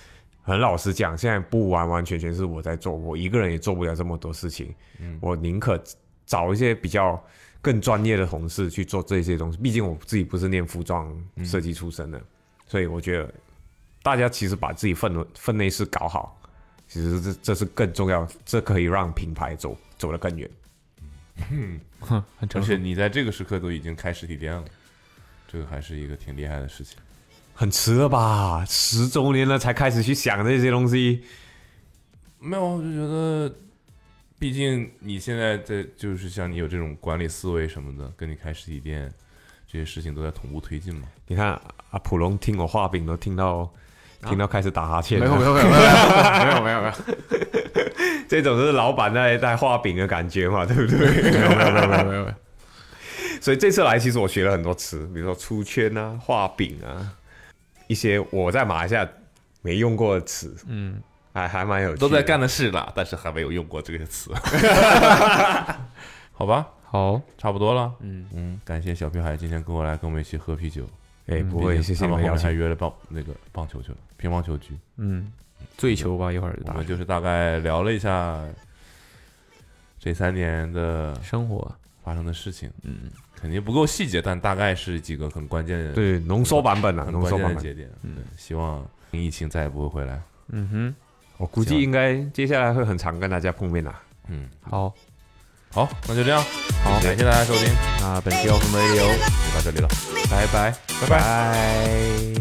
很老实讲，现在不完完全全是我在做，我一个人也做不了这么多事情。嗯，我宁可找一些比较更专业的同事去做这些东西，毕竟我自己不是念服装设计出身的，所以我觉得大家其实把自己分内分内事搞好，其实这这是更重要，这可以让品牌走走得更远。哼，很而成熟且。你在这个时刻都已经开实体店了，这个还是一个挺厉害的事情。很迟了吧？十周年了才开始去想这些东西，没有，我就觉得，毕竟你现在在就是像你有这种管理思维什么的，跟你开实体店这些事情都在同步推进嘛。你看啊，普龙听我画饼都听到。听到开始打哈欠了，没有没有 没有没有没有没有没有， 这种就是老板在在画饼的感觉嘛，对 不对？ 没有没有没有没有没有，所以这次来，其实我学了很多词，比如说出圈啊、画饼啊，一些我在马来西亚没用过的词，嗯，还还蛮有趣的都在干。的事了，但是还没有用过这个词。 好吧，好，差不多了。嗯嗯，感谢小屁孩今天跟我来跟我们一起喝啤酒。哎，不毕会，竟谢谢他你们们后邀面还请。约了棒那个棒球去了，乒乓球局。嗯，醉球吧，一会儿就我打们就是大概聊了一下这三年的生活，发生的事情，嗯，肯定不够细节，但大概是几个很关键的、对，浓缩版本啊，很浓关缩版键的本。节点。嗯，希望疫情再也不会回来。嗯哼，我估计应该接下来会很常跟大家碰面啊啦。嗯，好，好，那就这样，好感谢大家收听，哦那本期 Open Radio 就到这里了，拜拜。拜拜。拜。